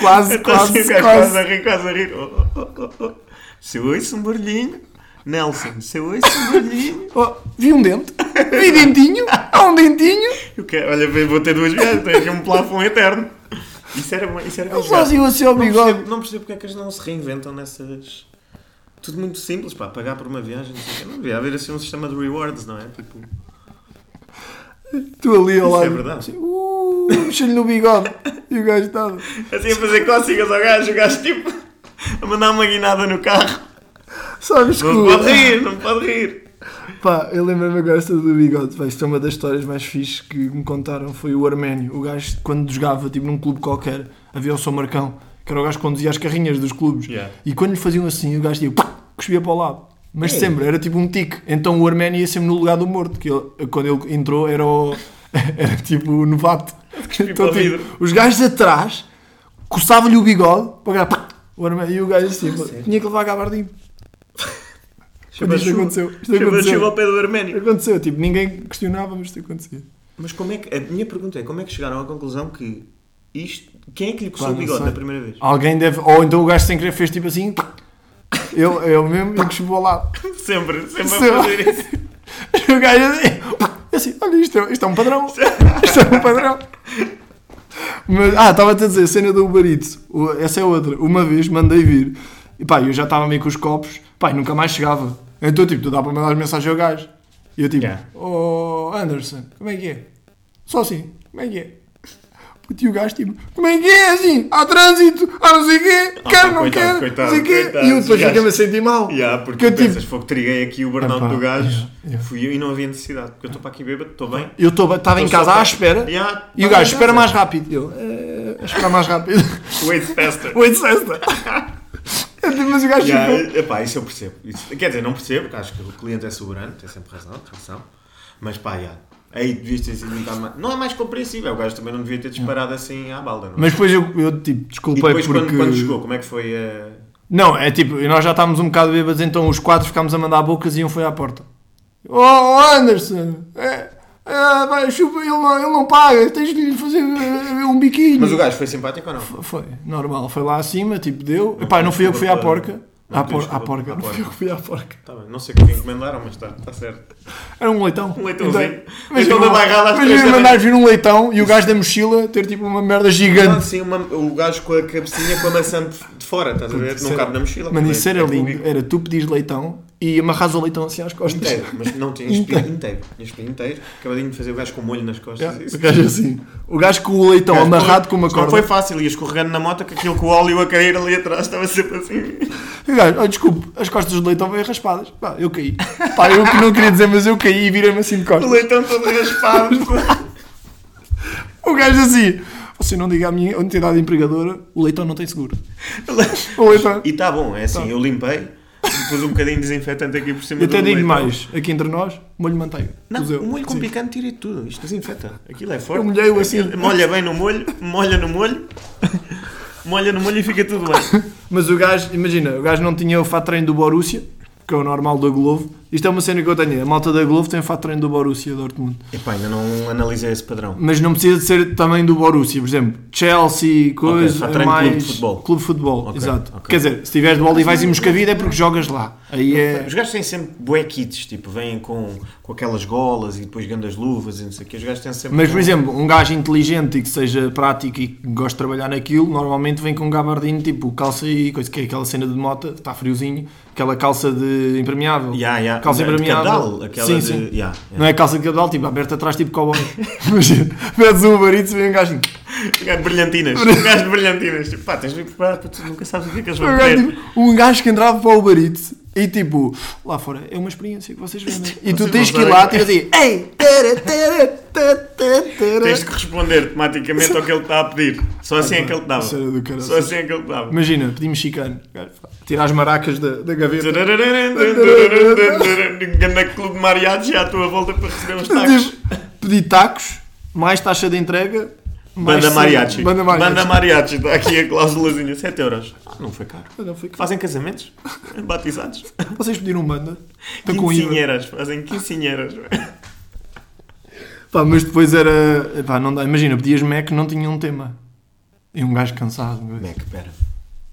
Speaker 1: quase,
Speaker 2: Então, assim, o
Speaker 1: quase, quase.
Speaker 2: gajo quase a rir, quase a rir. Oh, oh, oh, oh, oh. Se eu ouço um barulhinho, Nelson, se eu ouço um barulhinho,
Speaker 1: Oh, vi um dente, vi dentinho, há um dentinho.
Speaker 2: eu quero, olha, bem, vou ter duas viagens, tenho aqui um plafond eterno. Isso era bom, isso era bom
Speaker 1: Eles
Speaker 2: jogar.
Speaker 1: faziam assim ao
Speaker 2: não,
Speaker 1: bigode.
Speaker 2: percebo, não percebo porque é que eles não se reinventam nessas. Tudo muito simples, pá, pagar por uma viagem, não sei o quê. Não devia haver assim um sistema de rewards, não é? Tipo,
Speaker 1: Tu ali ao
Speaker 2: Isso
Speaker 1: lado.
Speaker 2: é verdade.
Speaker 1: Uh, mexer-lhe no bigode. E o gajo estava.
Speaker 2: assim a fazer cócegas ao gajo, o gajo tipo, a mandar uma guinada no carro.
Speaker 1: Sabes que.
Speaker 2: Não
Speaker 1: o-
Speaker 2: pode rir, não pode rir.
Speaker 1: Pá, eu lembro-me agora esta do bigode. Vai, isto é uma das histórias mais fixes que me contaram. Foi o Arménio. O gajo, quando jogava, tipo num clube qualquer, havia o São Marcão, que era o gajo que conduzia as carrinhas dos clubes.
Speaker 2: Yeah.
Speaker 1: E quando lhe faziam assim, o gajo tipo, cuspia para o lado. Mas sempre, era tipo um tique. Então o Arménio ia sempre no lugar do morto. Que ele- quando ele entrou, era o. Era tipo o novato.
Speaker 2: para o vidro.
Speaker 1: os gajos atrás coçava-lhe o bigode para cá, o armário, e o gajo assim, tinha que levar a gabardinho. Quando isto aconteceu, isto
Speaker 2: Chegou ao
Speaker 1: aconteceu.
Speaker 2: pé do Arménio.
Speaker 1: Aconteceu, tipo, ninguém questionava, mas isto acontecia.
Speaker 2: Mas como é que. A minha pergunta é: como é que chegaram à conclusão que isto. Quem é que lhe coçou
Speaker 1: Pá,
Speaker 2: o
Speaker 1: não
Speaker 2: bigode
Speaker 1: sei.
Speaker 2: da primeira vez?
Speaker 1: Alguém deve, ou então o gajo sem querer fez tipo assim, ele, ele mesmo, ele que chegou ao lado.
Speaker 2: Sempre, sempre
Speaker 1: Sei
Speaker 2: a
Speaker 1: lá.
Speaker 2: fazer isso.
Speaker 1: E o gajo assim, assim olha, isto é, isto é um padrão. Isto é um padrão. Mas, ah, estava-te a dizer, a cena do Uber Eats. O- Essa é outra. Uma vez mandei vir. E pá, eu já estava meio com os copos. Pá, e nunca mais chegava. Então, tipo, tu dá para mandar mensagem ao gajo. E eu, tipo,
Speaker 2: Yeah.
Speaker 1: oh, Anderson, como é que é? Só assim, como é que é? Puto, e o gajo, tipo, como é que é assim? Há trânsito, há não sei o quê,
Speaker 2: Ah,
Speaker 1: quero,
Speaker 2: pá,
Speaker 1: não
Speaker 2: coitado,
Speaker 1: quero,
Speaker 2: coitado,
Speaker 1: não sei o quê.
Speaker 2: coitado,
Speaker 1: e eu depois
Speaker 2: gajo.
Speaker 1: fiquei-me a sentir mal.
Speaker 2: Yeah, porque
Speaker 1: Porque eu, tipo,
Speaker 2: pensas, fogo, triguei aqui o burnout
Speaker 1: Epá,
Speaker 2: do gajo,
Speaker 1: yeah, yeah.
Speaker 2: fui eu e não havia necessidade, porque eu estou para aqui bêbado, estou bem.
Speaker 1: eu estou- estava em
Speaker 2: Estou
Speaker 1: casa
Speaker 2: só-
Speaker 1: à espera.
Speaker 2: Yeah,
Speaker 1: E o
Speaker 2: tá
Speaker 1: gajo,
Speaker 2: em
Speaker 1: espera
Speaker 2: casa.
Speaker 1: mais rápido. Eu, eh, espera mais rápido.
Speaker 2: Wait faster.
Speaker 1: Wait, sexta. Eu digo, É tipo, Mas o gajo
Speaker 2: Yeah,
Speaker 1: ficou.
Speaker 2: epá, isso eu percebo. Isso- quer dizer, não percebo, porque acho que o cliente é soberano, tem sempre razão, razão. Mas pá, yeah. aí devias ter sido um bocado mais. Não é mais compreensível, o gajo também não devia ter disparado assim à balda, não é?
Speaker 1: Mas depois eu, eu, tipo,
Speaker 2: E
Speaker 1: desculpei
Speaker 2: depois
Speaker 1: porque.
Speaker 2: quando, quando chegou, como é que foi a.
Speaker 1: Não, é tipo, nós já estávamos um bocado bêbados, então os quatro ficámos a mandar bocas e um foi à porta. Oh, Anderson! É, é, vai, chupa, ele não, ele não paga, tens de lhe fazer eh, um biquinho.
Speaker 2: Mas o gajo foi simpático ou não?
Speaker 1: Foi, normal, foi lá acima, tipo, deu. Epá, não fui eu que fui à porca.
Speaker 2: Não
Speaker 1: À,
Speaker 2: tens
Speaker 1: por, à
Speaker 2: desculpa,
Speaker 1: porca,
Speaker 2: à
Speaker 1: não fui eu
Speaker 2: porca.
Speaker 1: que fui à porca.
Speaker 2: Tá bem, não sei o que encomendaram, mas está tá certo.
Speaker 1: Era um leitão.
Speaker 2: Um leitãozinho.
Speaker 1: mas
Speaker 2: Leitão
Speaker 1: eu-
Speaker 2: da barrada às
Speaker 1: mas
Speaker 2: três
Speaker 1: eu
Speaker 2: da
Speaker 1: mandar
Speaker 2: manhã.
Speaker 1: vir um leitão e o gajo da mochila ter tipo uma merda
Speaker 2: Não,
Speaker 1: gigante.
Speaker 2: assim, uma, o gajo com a cabecinha com a maçã de de fora, estás a ver?
Speaker 1: Isso
Speaker 2: Não
Speaker 1: era-
Speaker 2: cabe na mochila.
Speaker 1: Mano, isso
Speaker 2: é-
Speaker 1: era
Speaker 2: é
Speaker 1: lindo.
Speaker 2: público.
Speaker 1: Era tu pedires leitão e amarras o leitão assim às costas.
Speaker 2: Inteiro, mas não tinha espinho inteiro. Tinha espinho inteiro. Acabadinho de fazer o gajo com o molho nas costas.
Speaker 1: Yeah,
Speaker 2: Isso.
Speaker 1: O gajo assim. O gajo com o leitão amarrado com uma
Speaker 2: Isto Não foi
Speaker 1: corda.
Speaker 2: fácil, ia escorregando na moto, que aquilo com o óleo a cair ali atrás estava sempre assim.
Speaker 1: O gajo, oh, desculpe, as costas do leitão vêm raspadas. Pá, eu caí. Pá, eu que não queria dizer, mas eu caí e virei-me assim de
Speaker 2: O
Speaker 1: costas.
Speaker 2: leitão todo raspado.
Speaker 1: O gajo assim. Você não diga à minha entidade empregadora, o leitão não tem seguro. O leitão.
Speaker 2: e está bom, é assim, eu limpei, pus um bocadinho de desinfetante aqui por cima
Speaker 1: E Tá. até
Speaker 2: do
Speaker 1: digo
Speaker 2: leitão.
Speaker 1: mais, aqui entre nós, molho de manteiga.
Speaker 2: Não,
Speaker 1: Useu.
Speaker 2: o molho com
Speaker 1: Sim.
Speaker 2: picante tira tudo, isto desinfeta. Aquilo é forte.
Speaker 1: Eu molhei-o assim.
Speaker 2: Aquilo- Molha bem no molho, molha no molho, molha no molho e fica tudo bem.
Speaker 1: Mas o gajo, imagina, o gajo não tinha o fato de treino do Borussia, que é o normal da Glovo. Isto é uma cena que eu tenho. A malta da Glovo tem o fato de treino do Borussia Dortmund.
Speaker 2: Epá, ainda não analisei esse padrão.
Speaker 1: Mas não precisa de ser também do Borussia. Por exemplo, Chelsea, coisa,
Speaker 2: fato de treino
Speaker 1: mais...
Speaker 2: clube de futebol.
Speaker 1: Clube de futebol,
Speaker 2: Ok,
Speaker 1: exato.
Speaker 2: ok.
Speaker 1: Quer dizer, se tiveres do Olivais e Moscavida é porque jogas lá. Aí é...
Speaker 2: Os gajos têm sempre bué kits, tipo, vêm com, com aquelas golas e depois grandes luvas e não sei o quê. Os gajos têm sempre...
Speaker 1: Mas,
Speaker 2: um-
Speaker 1: por exemplo, um gajo inteligente e que seja prático e que goste de trabalhar naquilo, normalmente vem com um gabardinho tipo calça e coisa, que é aquela cena de mota, está friozinho, aquela calça de impermeável.
Speaker 2: Ya, ya,
Speaker 1: Calça
Speaker 2: de
Speaker 1: impermeável.
Speaker 2: cabedal, aquela
Speaker 1: sim,
Speaker 2: de...
Speaker 1: sim.
Speaker 2: ya, ya.
Speaker 1: Não é calça de cabedal, tipo aberta atrás, tipo cowboy. Imagina, metes um barito e vem um gajo assim.
Speaker 2: Brilhantinas, um gajo de brilhantinas. Tipo, pá, tens de ir preparado, tu nunca sabes o que é que eles vão
Speaker 1: Um gajo,
Speaker 2: querer.
Speaker 1: tipo, um gajo que entrava para o barito e tipo, lá fora, é uma experiência que vocês vendem. E tu
Speaker 2: Vocês
Speaker 1: tens
Speaker 2: não
Speaker 1: que ir lá, tipo
Speaker 2: sabem.
Speaker 1: assim, ei, tere, tere, tere, tere, tere.
Speaker 2: Tens de responder tematicamente ao que ele está a pedir. Só assim é que ele te dava.
Speaker 1: Isso era do caralho.
Speaker 2: Só assim é que ele te dava.
Speaker 1: Imagina, pedimos chicano, gajo, tira as maracas da, da gaveta.
Speaker 2: Grande clube de mariachi à tua volta para receber uns tacos.
Speaker 1: Tipo, pedi tacos, mais taxa de entrega, mais
Speaker 2: Banda
Speaker 1: sim-
Speaker 2: mariachi.
Speaker 1: Banda mariachi.
Speaker 2: Banda mariachi. Está aqui a cláusulazinha. 7 euros. Ah, não foi caro.
Speaker 1: Não, foi caro.
Speaker 2: Fazem casamentos? Batizados?
Speaker 1: Vocês pediram banda? Estão com IVA.
Speaker 2: Quincinheiras. Fazem quincinheiras.
Speaker 1: Pá, mas depois era. Epá, não dá. Imagina, pedias Mac, não tinha um tema. E um gajo cansado. um gajo-
Speaker 2: Mac, pera.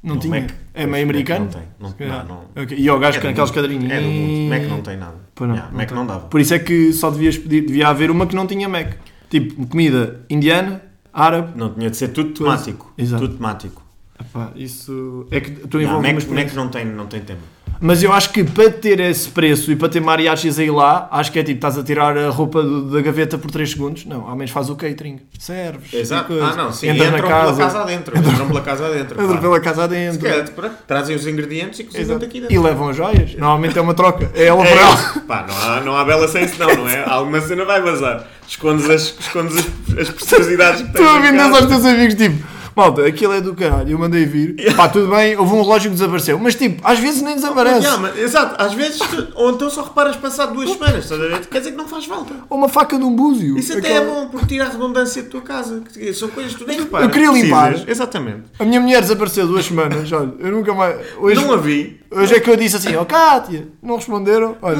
Speaker 1: Não,
Speaker 2: Não,
Speaker 1: tinha.
Speaker 2: Mac.
Speaker 1: é meio americano?
Speaker 2: Não tem.
Speaker 1: É.
Speaker 2: Não, não. não.
Speaker 1: Ok, E ao gajo com
Speaker 2: do
Speaker 1: aquelas
Speaker 2: mundo.
Speaker 1: cadeirinhas.
Speaker 2: É do mundo. Mac não tem nada.
Speaker 1: Pois não,
Speaker 2: Yeah,
Speaker 1: não
Speaker 2: Mac
Speaker 1: tem.
Speaker 2: não dava.
Speaker 1: Por isso é que só devias pedir. Devia haver uma que não tinha Mac. Tipo, comida indiana, árabe.
Speaker 2: Não tinha de ser tudo
Speaker 1: Pois.
Speaker 2: temático.
Speaker 1: Exato.
Speaker 2: Tudo temático.
Speaker 1: Epá, isso. É que tu envolves
Speaker 2: Yeah, Mac
Speaker 1: uma
Speaker 2: Mac
Speaker 1: experiência.
Speaker 2: não tem- não tem tema.
Speaker 1: Mas eu acho que para ter esse preço e para ter mariachis aí lá, acho que é tipo, estás a tirar a roupa do- da gaveta por 3 segundos. Não, ao menos faz o catering. Serves.
Speaker 2: Exato.
Speaker 1: coisa.
Speaker 2: Ah, não, sim.
Speaker 1: Entra
Speaker 2: entram
Speaker 1: na casa.
Speaker 2: pela casa adentro. Entram pela casa adentro.
Speaker 1: Entra
Speaker 2: pá.
Speaker 1: pela casa adentro.
Speaker 2: Que é, pronto, Trazem os ingredientes e cozinham
Speaker 1: Exato.
Speaker 2: daqui
Speaker 1: E
Speaker 2: dentro.
Speaker 1: levam joias. Normalmente é uma troca. É ela
Speaker 2: É
Speaker 1: por ela.
Speaker 2: isso. Pá, não há, não há bela senso não, não é? Alguma cena vai vazar. Escondes as, escondes as, as preciosidades que tens
Speaker 1: Tu
Speaker 2: em
Speaker 1: vendes
Speaker 2: casa.
Speaker 1: aos teus amigos, tipo, malta, aquilo é do caralho, eu mandei vir, pá, tudo bem, houve um relógio que desapareceu, mas tipo, às vezes nem desaparece.
Speaker 2: Yeah, mas- exato, às vezes, tu- ou então só reparas passado duas semanas, estás a ver? Quer dizer que não faz falta.
Speaker 1: Ou uma faca de um búzio.
Speaker 2: Isso até é
Speaker 1: Aquela-
Speaker 2: bom, porque tira a redundância da tua casa. que São coisas que tu nem reparas.
Speaker 1: eu queria limpar.
Speaker 2: Precisas. Exatamente.
Speaker 1: A minha mulher desapareceu duas semanas, olha, eu nunca mais. Hoje,
Speaker 2: Não a vi.
Speaker 1: hoje é que eu disse assim, ó Cátia, não responderam, olha.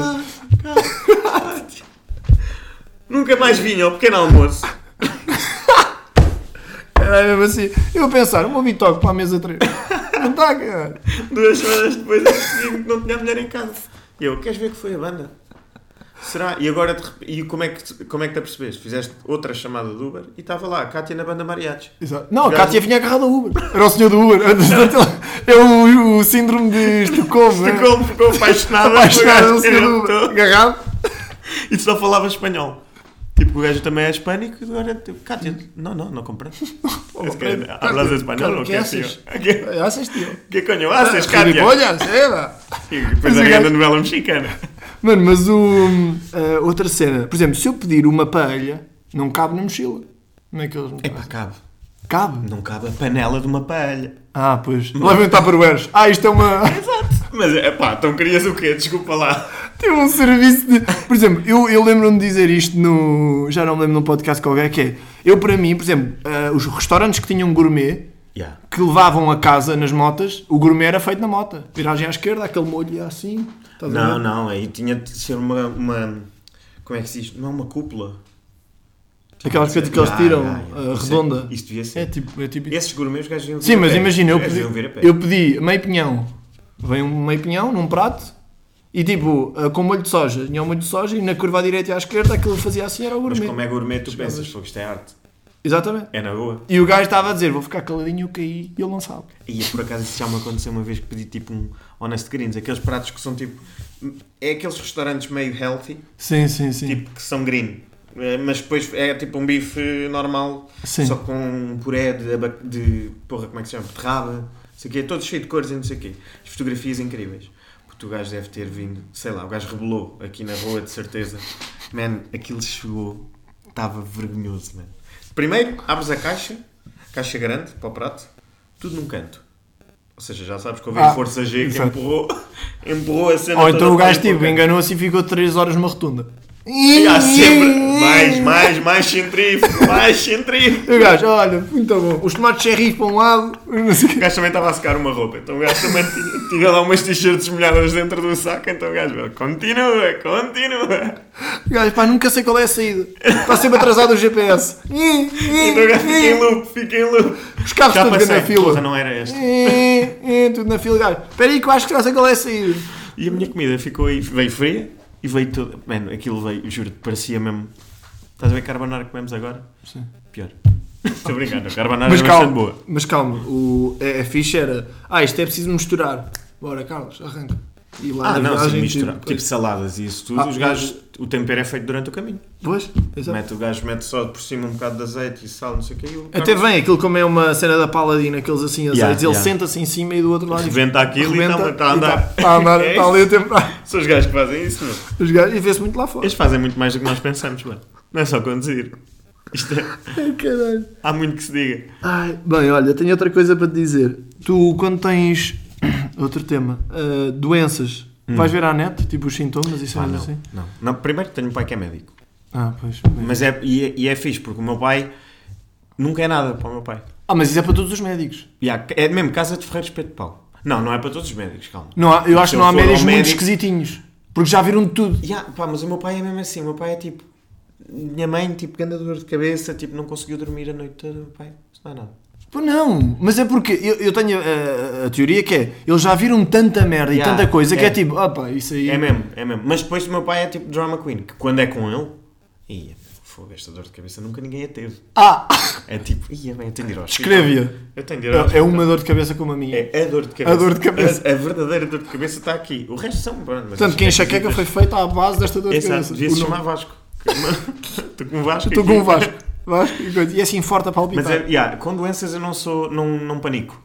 Speaker 2: Nunca mais vinha ao pequeno almoço.
Speaker 1: Era mesmo assim. Eu a pensar, uma bitoque para a mesa 3. Não está, cara.
Speaker 2: Duas semanas depois percebi-me que não tinha a mulher em casa. E eu, queres ver que foi a banda? Será? E agora, de rep- e como é que te, como é que te apercebeste? Fizeste outra chamada do Uber e estava lá, a Cátia na banda mariachi.
Speaker 1: Exato. Não, a
Speaker 2: Gajo-
Speaker 1: Cátia vinha agarrada ao Uber. Era o senhor do Uber. É o, o síndrome de Estocolmo. né? não é?
Speaker 2: Ficou, ficou apaixonada.
Speaker 1: Apaixonado
Speaker 2: o
Speaker 1: o
Speaker 2: gajo
Speaker 1: senhor do Uber.
Speaker 2: arrebentou.
Speaker 1: Agarrado.
Speaker 2: E só falava espanhol. Tipo, o gajo também é hispânico e agora, tipo, Cátia, não, não, não compras.
Speaker 1: Oh, É
Speaker 2: Es que, ¿Hablas espanhol o
Speaker 1: que
Speaker 2: quê,
Speaker 1: haces?
Speaker 2: tio? Que-
Speaker 1: É, haces, tio?
Speaker 2: Que coño haces, Cátia?
Speaker 1: Ribolhas, é, vá.
Speaker 2: E depois
Speaker 1: Mas o
Speaker 2: havia
Speaker 1: gajo-
Speaker 2: na novela mexicana.
Speaker 1: Mano, mas o. ah, outra cena. Por exemplo, se eu pedir uma paella, não cabe na mochila. Como é que eles.
Speaker 2: Epá, cabe.
Speaker 1: Cabe?
Speaker 2: Não cabe a panela de uma paella.
Speaker 1: Ah, pois. Levem Tupperwares. Ah, isto é uma.
Speaker 2: Exato. Mas, epá, então querias o quê? Desculpa lá.
Speaker 1: Tem um serviço de. Por exemplo, eu, eu lembro-me de dizer isto no. Já não me lembro num podcast qualquer que é. Eu, para mim, por exemplo, ah, os restaurantes que tinham gourmet
Speaker 2: Yeah.
Speaker 1: que levavam a casa nas motas, o gourmet era feito na mota. Viragem à esquerda, aquele molho ia assim. estás a
Speaker 2: Não,
Speaker 1: ver?
Speaker 2: não, aí tinha de ser uma, uma- Como é que se diz? Não é uma cúpula.
Speaker 1: Aquelas coisas que eles
Speaker 2: Ah,
Speaker 1: tiram,
Speaker 2: ah, ah.
Speaker 1: ah,
Speaker 2: Isso é-
Speaker 1: redonda.
Speaker 2: Isto devia
Speaker 1: É
Speaker 2: ser.
Speaker 1: tipo. É tipo...
Speaker 2: Esses gourmets os gajos iam
Speaker 1: Sim,
Speaker 2: vir a
Speaker 1: mas
Speaker 2: pé.
Speaker 1: imagina, eu
Speaker 2: Os gajos iam vir a pé.
Speaker 1: pedi, eu pedi meio pinhão. Vem um meio pinhão num prato e tipo, ah, com molho de soja. Tinha um molho de soja e na curva à direita e à esquerda aquilo que fazia assim era o
Speaker 2: Mas
Speaker 1: gourmet.
Speaker 2: como é gourmet, tu pensas, fogo, isto é arte.
Speaker 1: Exatamente.
Speaker 2: É na boa.
Speaker 1: E o gajo estava a dizer, vou ficar caladinho, eu caí e ele não sabe.
Speaker 2: E por acaso isso já me aconteceu uma vez que pedi tipo um Honest Greens, aqueles pratos que são tipo. É aqueles restaurantes meio healthy,
Speaker 1: Sim, sim, sim.
Speaker 2: tipo que são green. Eh, Mas depois é tipo um bife normal,
Speaker 1: Sim.
Speaker 2: só com um puré de, aba- de porra, como é que se chama? Beterraba, não sei o quê, todo cheio de cores e não sei o quê. As fotografias incríveis. Porque o gajo deve ter vindo, sei lá, o gajo rebelou aqui na rua, de certeza. Man, aquilo chegou, estava vergonhoso, man. Primeiro, abres a caixa, caixa grande para o prato, tudo num canto. Ou seja, já sabes que houve
Speaker 1: Ah,
Speaker 2: força G que
Speaker 1: exato.
Speaker 2: empurrou, empurrou a cena
Speaker 1: Ou
Speaker 2: toda
Speaker 1: então o
Speaker 2: para
Speaker 1: gajo
Speaker 2: dentro do
Speaker 1: tipo,
Speaker 2: canto.
Speaker 1: enganou-se e ficou 3 horas numa rotunda.
Speaker 2: E há sempre mais, mais, mais centrífugo, mais centrífugo.
Speaker 1: E o gajo, olha, muito bom. Os tomates cherry para um lado, não sei o
Speaker 2: O
Speaker 1: quê.
Speaker 2: gajo também estava a secar uma roupa, então o gajo também tinha, tinha lá umas t-shirts molhadas dentro do saco, então o gajo "Bom, continua, continua.
Speaker 1: O gajo, pá, nunca sei qual é a saída. Está sempre atrasado o GPS.
Speaker 2: Então o gajo fica em loop, fica em loop.
Speaker 1: Os carros
Speaker 2: Já
Speaker 1: estão tudo
Speaker 2: passei,
Speaker 1: na fila.
Speaker 2: porra, não era esta.
Speaker 1: É, Tudo na fila, gajo. Espera aí que eu acho que já sei qual é a saída.
Speaker 2: E a minha comida ficou aí, veio fria e veio toda. Mano, aquilo veio, juro, parecia mesmo. Estás a ver a carbonara que comemos agora?
Speaker 1: Sim.
Speaker 2: Pior. Estou brincando, a carbonara
Speaker 1: Mas
Speaker 2: é bastante
Speaker 1: calma,
Speaker 2: boa.
Speaker 1: mas calma, o, a, a ficha era. Ah, isto é preciso misturar. Bora, Carlos, arranca. E lá
Speaker 2: Ah,
Speaker 1: na
Speaker 2: não, se
Speaker 1: viagem,
Speaker 2: misturar. Tipo,
Speaker 1: coisa.
Speaker 2: saladas e isso tudo,
Speaker 1: Ah,
Speaker 2: os gajos, o tempero é feito durante o caminho.
Speaker 1: Pois, exato.
Speaker 2: Mete, o gajo mete só por cima um bocado de azeite e sal, não sei o que. E o
Speaker 1: Até
Speaker 2: carro
Speaker 1: vem aquilo como é uma cena da Paladina, aqueles assim azeites,
Speaker 2: Yeah,
Speaker 1: ele
Speaker 2: yeah.
Speaker 1: senta-se em cima e do outro lado.
Speaker 2: Rebenta aquilo e está tá a andar.
Speaker 1: Está a andar,
Speaker 2: É
Speaker 1: está ali a tempo. Ah,
Speaker 2: isso. É São os gajos que fazem isso, meu.
Speaker 1: Os gajos, e vê-se muito lá fora.
Speaker 2: Eles fazem muito mais do que nós pensamos, mano. Não é só conduzir. Isto é-
Speaker 1: Ai, caralho.
Speaker 2: Há muito que se diga.
Speaker 1: Ai, bem, olha, tenho outra coisa para te dizer. Tu, quando tens. Outro tema. ah, doenças. Vais ver à net, tipo os sintomas e cenas
Speaker 2: Hum. Ah, não,
Speaker 1: assim?
Speaker 2: não. Primeiro tenho um pai que é médico.
Speaker 1: Ah, pois. bem.
Speaker 2: Mas é, e, é, e é fixe, porque o meu pai nunca é nada para o meu pai.
Speaker 1: Ah, mas isso é para todos os médicos.
Speaker 2: E há- é mesmo casa de Ferreiros Pedro Pau. Não, não é para todos os médicos, calma.
Speaker 1: Não há- eu acho que
Speaker 2: Se
Speaker 1: não
Speaker 2: eu
Speaker 1: há
Speaker 2: for
Speaker 1: médicos
Speaker 2: ao
Speaker 1: muito
Speaker 2: médico-
Speaker 1: esquisitinhos. Porque já viram de tudo.
Speaker 2: Ya, pá, mas o meu pai é mesmo assim. O meu pai é tipo. Minha mãe, tipo, grande dor de cabeça, tipo, não conseguiu dormir a noite toda. Meu pai, isso não é nada.
Speaker 1: Pô, não, mas é porque eu, eu tenho a, a- a teoria que é, eles já viram tanta merda
Speaker 2: Yeah,
Speaker 1: e tanta coisa que
Speaker 2: é.
Speaker 1: é tipo, opa, isso aí.
Speaker 2: É mesmo, é mesmo. Mas depois o meu pai é tipo drama queen, que quando é com ele. Ia, fogo, esta dor de cabeça nunca ninguém a teve.
Speaker 1: Ah!
Speaker 2: É tipo, ia, bem, eu tenho de ir ao hospital.
Speaker 1: Escreve-a.
Speaker 2: Eu tenho de ir
Speaker 1: É,
Speaker 2: ao
Speaker 1: é
Speaker 2: hospital.
Speaker 1: uma dor de cabeça como a minha.
Speaker 2: É a dor de cabeça.
Speaker 1: A dor de cabeça.
Speaker 2: A, a verdadeira dor de cabeça está aqui. O resto são. pronto, mas
Speaker 1: Portanto,
Speaker 2: as
Speaker 1: quem enxaqueca
Speaker 2: esquisitas-
Speaker 1: foi feita à base desta dor de
Speaker 2: Exato,
Speaker 1: cabeça.
Speaker 2: devia
Speaker 1: O
Speaker 2: se
Speaker 1: nome.
Speaker 2: chamar Vasco. Estou com o Vasco.
Speaker 1: Estou
Speaker 2: aqui.
Speaker 1: com o Vasco. Vasco e coisa. E é assim forte a palpitar.
Speaker 2: Mas
Speaker 1: Mas,
Speaker 2: é, ya, com doenças eu não sou. Não, não panico.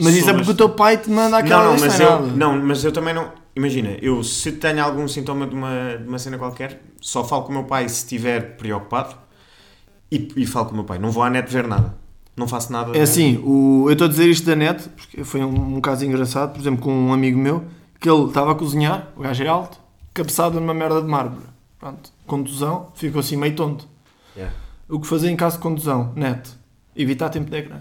Speaker 1: isso é
Speaker 2: sou
Speaker 1: porque o teu pai te manda aquela
Speaker 2: Não, não,
Speaker 1: lista,
Speaker 2: mas
Speaker 1: é
Speaker 2: eu,
Speaker 1: nada.
Speaker 2: não, mas eu também não. Imagina, eu se tenho algum sintoma de uma, de uma cena qualquer, só falo com o meu pai se estiver preocupado e, e falo com o meu pai. Não vou à net ver nada. Não faço nada.
Speaker 1: É assim, o, eu estou a dizer isto da net, porque foi um, um caso engraçado, por exemplo, com um amigo meu, que ele estava a cozinhar, o gajo era alto, cabeçado numa merda de mármore. Pronto, contusão, ficou assim meio tonto.
Speaker 2: Yeah.
Speaker 1: O que fazer em caso de contusão? Net. Evitar tempo de ecrã.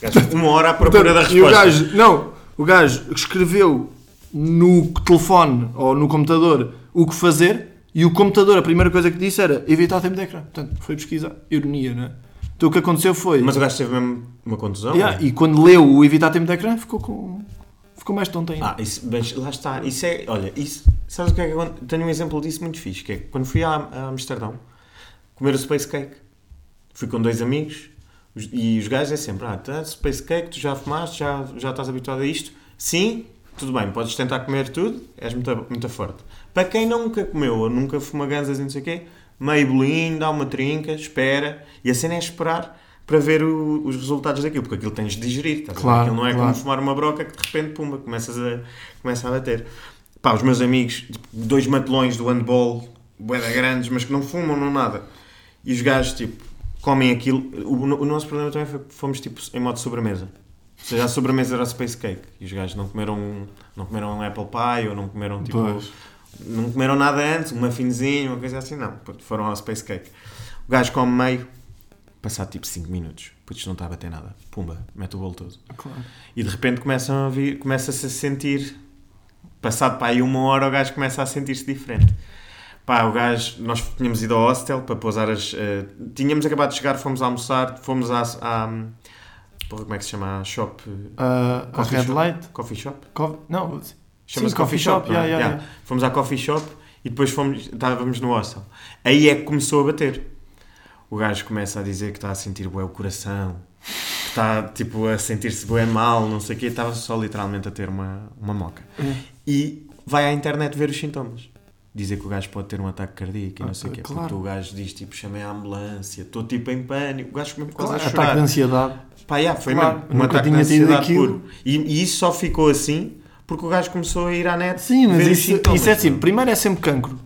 Speaker 2: Gastas uma hora à procura da
Speaker 1: e o
Speaker 2: resposta.
Speaker 1: gajo, não, o gajo escreveu no telefone ou no computador o que fazer e o computador, a primeira coisa que disse era evitar tempo de ecrã. Portanto, foi pesquisar. Ironia, não é? Então o que aconteceu foi.
Speaker 2: Mas o gajo teve mesmo uma contusão? é?
Speaker 1: Yeah, e quando leu o evitar tempo de ecrã, ficou com. Ficou mais tonto ainda.
Speaker 2: Ah, isso, mas lá está. Isso é. Olha, isso. Sabes o que é que acontece? Tenho um exemplo disso muito fixe, que é quando fui a, a Amsterdão comer o Space Cake. Fui com dois amigos os- e os gajos é sempre: ah, tá, Space Cake, tu já fumaste, já, já estás habituado a isto. Sim, tudo bem, podes tentar comer tudo, és muito, muito forte. Para quem nunca comeu ou nunca fuma ganzas e não sei o quê, meio bolinho, dá uma trinca, espera. E a cena é esperar para ver o- os resultados daquilo, porque aquilo tens de digerir, estás a ver?
Speaker 1: Claro,
Speaker 2: aquilo não é
Speaker 1: claro.
Speaker 2: como fumar uma broca que de repente, pumba, começas a, começa a bater. Pá, os meus amigos, tipo, dois matelões do handball, boeda grandes, mas que não fumam, não nada. E os gajos, tipo, comem aquilo. O, o nosso problema também foi que fomos, tipo, em modo sobremesa. Ou seja, a sobremesa era space cake. E os gajos não comeram, não comeram um apple pie ou não comeram, tipo...
Speaker 1: Pois.
Speaker 2: Não comeram nada antes, um muffinzinho, uma coisa assim, não. Puto, Foram ao space cake. O gajo come meio, passado tipo 5 minutos, putz, não está a bater nada. Pumba, mete o bolo todo.
Speaker 1: Claro.
Speaker 2: E de repente começam a vir, começa-se a sentir. Passado para aí uma hora, o gajo começa a sentir-se diferente. Pá, o gajo, nós tínhamos ido ao hostel para pousar as. eh, tínhamos acabado de chegar, fomos almoçar, fomos à. à porra, como é que se chama? À Shop. eh,
Speaker 1: Ah, a
Speaker 2: Coffee
Speaker 1: Red
Speaker 2: shop.
Speaker 1: Light.
Speaker 2: Coffee Shop?
Speaker 1: Co- não, sim,
Speaker 2: Chama-se
Speaker 1: coffee shop.
Speaker 2: ah,
Speaker 1: yeah, yeah,
Speaker 2: yeah. Fomos à coffee shop e depois fomos, estávamos no hostel. Aí é que começou a bater. O gajo começa a dizer que está a sentir bué o coração, que está tipo a sentir-se bué mal, não sei o quê. Estava só literalmente a ter uma, uma moca.
Speaker 1: yeah.
Speaker 2: E vai à internet ver os sintomas. Dizer que o gajo pode ter um ataque cardíaco e não sei o quê.
Speaker 1: Ah, claro.
Speaker 2: Porque o gajo diz tipo, chamei a ambulância, estou tipo em pânico. O gajo mesmo quase
Speaker 1: Claro,
Speaker 2: a
Speaker 1: ataque
Speaker 2: chorar.
Speaker 1: de ansiedade.
Speaker 2: Pá, yeah, foi
Speaker 1: Claro,
Speaker 2: mesmo. Um
Speaker 1: nunca
Speaker 2: ataque de
Speaker 1: tinha tido
Speaker 2: ansiedade
Speaker 1: aquilo.
Speaker 2: puro. E, e isso só ficou assim porque o gajo começou a ir à net.
Speaker 1: Sim, mas
Speaker 2: ver os
Speaker 1: isso,
Speaker 2: sintomas,
Speaker 1: isso é assim.
Speaker 2: não?
Speaker 1: Primeiro é sempre cancro.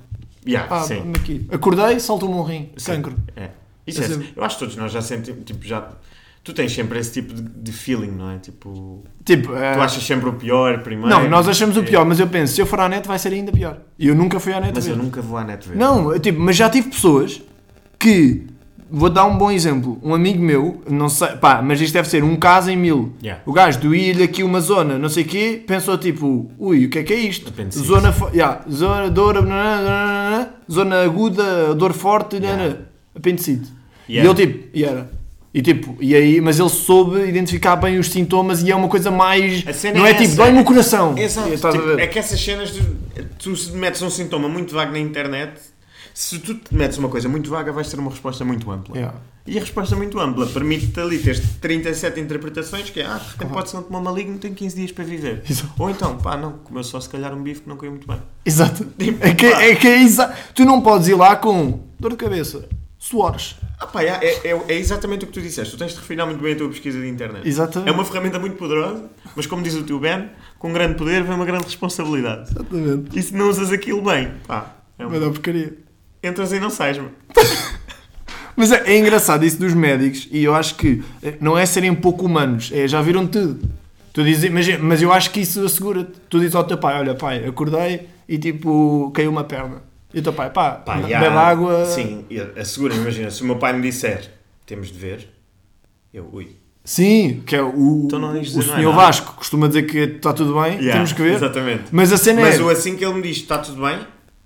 Speaker 2: Yeah,
Speaker 1: Ah,
Speaker 2: sim.
Speaker 1: aqui. Acordei, saltou-me um rim.
Speaker 2: Sim.
Speaker 1: Cancro.
Speaker 2: É. Isso é
Speaker 1: Essa-
Speaker 2: assim. Eu acho que todos nós já sentimos, tipo, já... Tu tens sempre esse tipo de, de feeling, não é? Tipo,
Speaker 1: Tipo, é-
Speaker 2: tu achas sempre o pior primeiro.
Speaker 1: não, nós achamos o
Speaker 2: É.
Speaker 1: pior, mas eu penso, se eu for à net vai ser ainda pior. E eu nunca fui à net
Speaker 2: Mas
Speaker 1: ver.
Speaker 2: eu nunca vou à net ver.
Speaker 1: Não, eu, tipo, mas já tive pessoas que. Vou dar um bom exemplo. Um amigo meu, não sei, pá, mas isto deve ser um caso em mil.
Speaker 2: Yeah.
Speaker 1: O gajo doía-lhe aqui uma zona, não sei o quê, pensou tipo, ui, o que é que é isto?
Speaker 2: Apendicite.
Speaker 1: Zona, fo- yeah, zona dor, zona aguda, dor forte,
Speaker 2: Yeah.
Speaker 1: nananã. apendicite.
Speaker 2: Yeah.
Speaker 1: E ele tipo, e era. E tipo, e aí, mas ele soube identificar bem os sintomas e é uma coisa mais.
Speaker 2: A cena
Speaker 1: Não
Speaker 2: é
Speaker 1: é, tipo,
Speaker 2: essa.
Speaker 1: dói-me o coração.
Speaker 2: Exato.
Speaker 1: E estás a
Speaker 2: Tipo,
Speaker 1: ver?
Speaker 2: é que essas cenas, de- tu se metes um sintoma muito vago na internet, se tu te metes uma coisa muito vaga, vais ter uma resposta muito ampla.
Speaker 1: Yeah.
Speaker 2: E a resposta é muito ampla permite-te ali ter 37 interpretações que é, ah, até pode ser um tumor maligno, tenho 15 dias para viver.
Speaker 1: Exato.
Speaker 2: Ou então, pá, não, comeu só se calhar um bife que não caiu muito bem.
Speaker 1: Exato. É que, é que é exa... Tu não podes ir lá com dor de cabeça, suores.
Speaker 2: Ah pá, é, é, é exatamente o que tu disseste, tu tens de refinar muito bem a tua pesquisa de internet.
Speaker 1: Exatamente.
Speaker 2: É uma ferramenta muito poderosa, mas como diz o teu Ben, com grande poder vem uma grande responsabilidade.
Speaker 1: Exatamente.
Speaker 2: E se não usas aquilo bem, pá, é
Speaker 1: Mas
Speaker 2: uma...
Speaker 1: dá porcaria.
Speaker 2: entras e não sais, meu.
Speaker 1: Mas é, é engraçado isso dos médicos e eu acho que eh, não é serem pouco humanos, é já viram tudo. Tu dizes, mas, mas eu acho que isso assegura-te. Tu dizes ao teu pai, olha pai, acordei e tipo caiu uma perna. E o teu pai, pá,
Speaker 2: Pá,
Speaker 1: bebe
Speaker 2: e há-
Speaker 1: água.
Speaker 2: Sim, e assegura, imagina, se o meu pai me disser temos de ver, eu, ui.
Speaker 1: Sim, que é o,
Speaker 2: Então não
Speaker 1: o
Speaker 2: diz- não é
Speaker 1: senhor
Speaker 2: nada.
Speaker 1: Vasco costuma dizer que está tudo bem,
Speaker 2: Yeah,
Speaker 1: temos que ver.
Speaker 2: Exatamente.
Speaker 1: Mas a cena
Speaker 2: Mas
Speaker 1: é.
Speaker 2: o assim que ele me diz está tudo bem,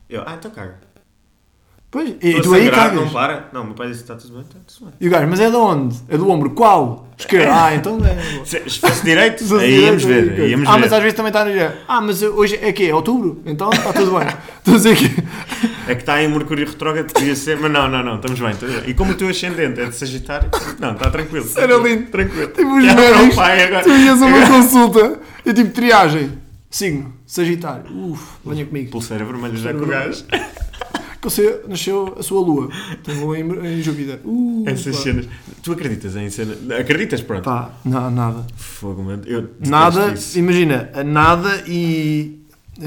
Speaker 2: eu, ah, então caga.
Speaker 1: Pois, e
Speaker 2: Estou
Speaker 1: tu
Speaker 2: a
Speaker 1: aí
Speaker 2: sangrar,
Speaker 1: cagas.
Speaker 2: não para. Não, o meu pai disse está tudo bem, está tudo bem.
Speaker 1: E o gajo, mas é de onde? É do ombro. Qual? Esquerda. Ah, então é.
Speaker 2: Se se fosse direito,
Speaker 1: Dos
Speaker 2: aí íamos
Speaker 1: direitos,
Speaker 2: ver.
Speaker 1: aí,
Speaker 2: Aí íamos
Speaker 1: ah,
Speaker 2: ver.
Speaker 1: mas às vezes também está a dizer, ah, mas hoje é que é outubro, então está tudo bem. Estou a dizer que.
Speaker 2: É que está em Mercúrio Retrógrado, podia ser, mas não, não, não, estamos bem. estamos bem. E como o teu ascendente é de Sagitário, não, está tranquilo.
Speaker 1: Era lindo.
Speaker 2: Tranquilo.
Speaker 1: Tipo, os
Speaker 2: Já era o
Speaker 1: médicos,
Speaker 2: pai agora. É.
Speaker 1: tu ias a uma consulta e tipo triagem. Signo, Sagitário. Uf, venha comigo.
Speaker 2: Pulseira vermelha já
Speaker 1: Pulseira
Speaker 2: com o gajo.
Speaker 1: Que você nasceu a sua lua. Tem lua em, em Júpiter. Uh,
Speaker 2: Essas
Speaker 1: pá.
Speaker 2: cenas. Tu acreditas em cena? Acreditas, pronto.
Speaker 1: Pá, não, nada.
Speaker 2: Fogo, mano. Eu detesto
Speaker 1: Nada,
Speaker 2: isso.
Speaker 1: imagina, nada é, e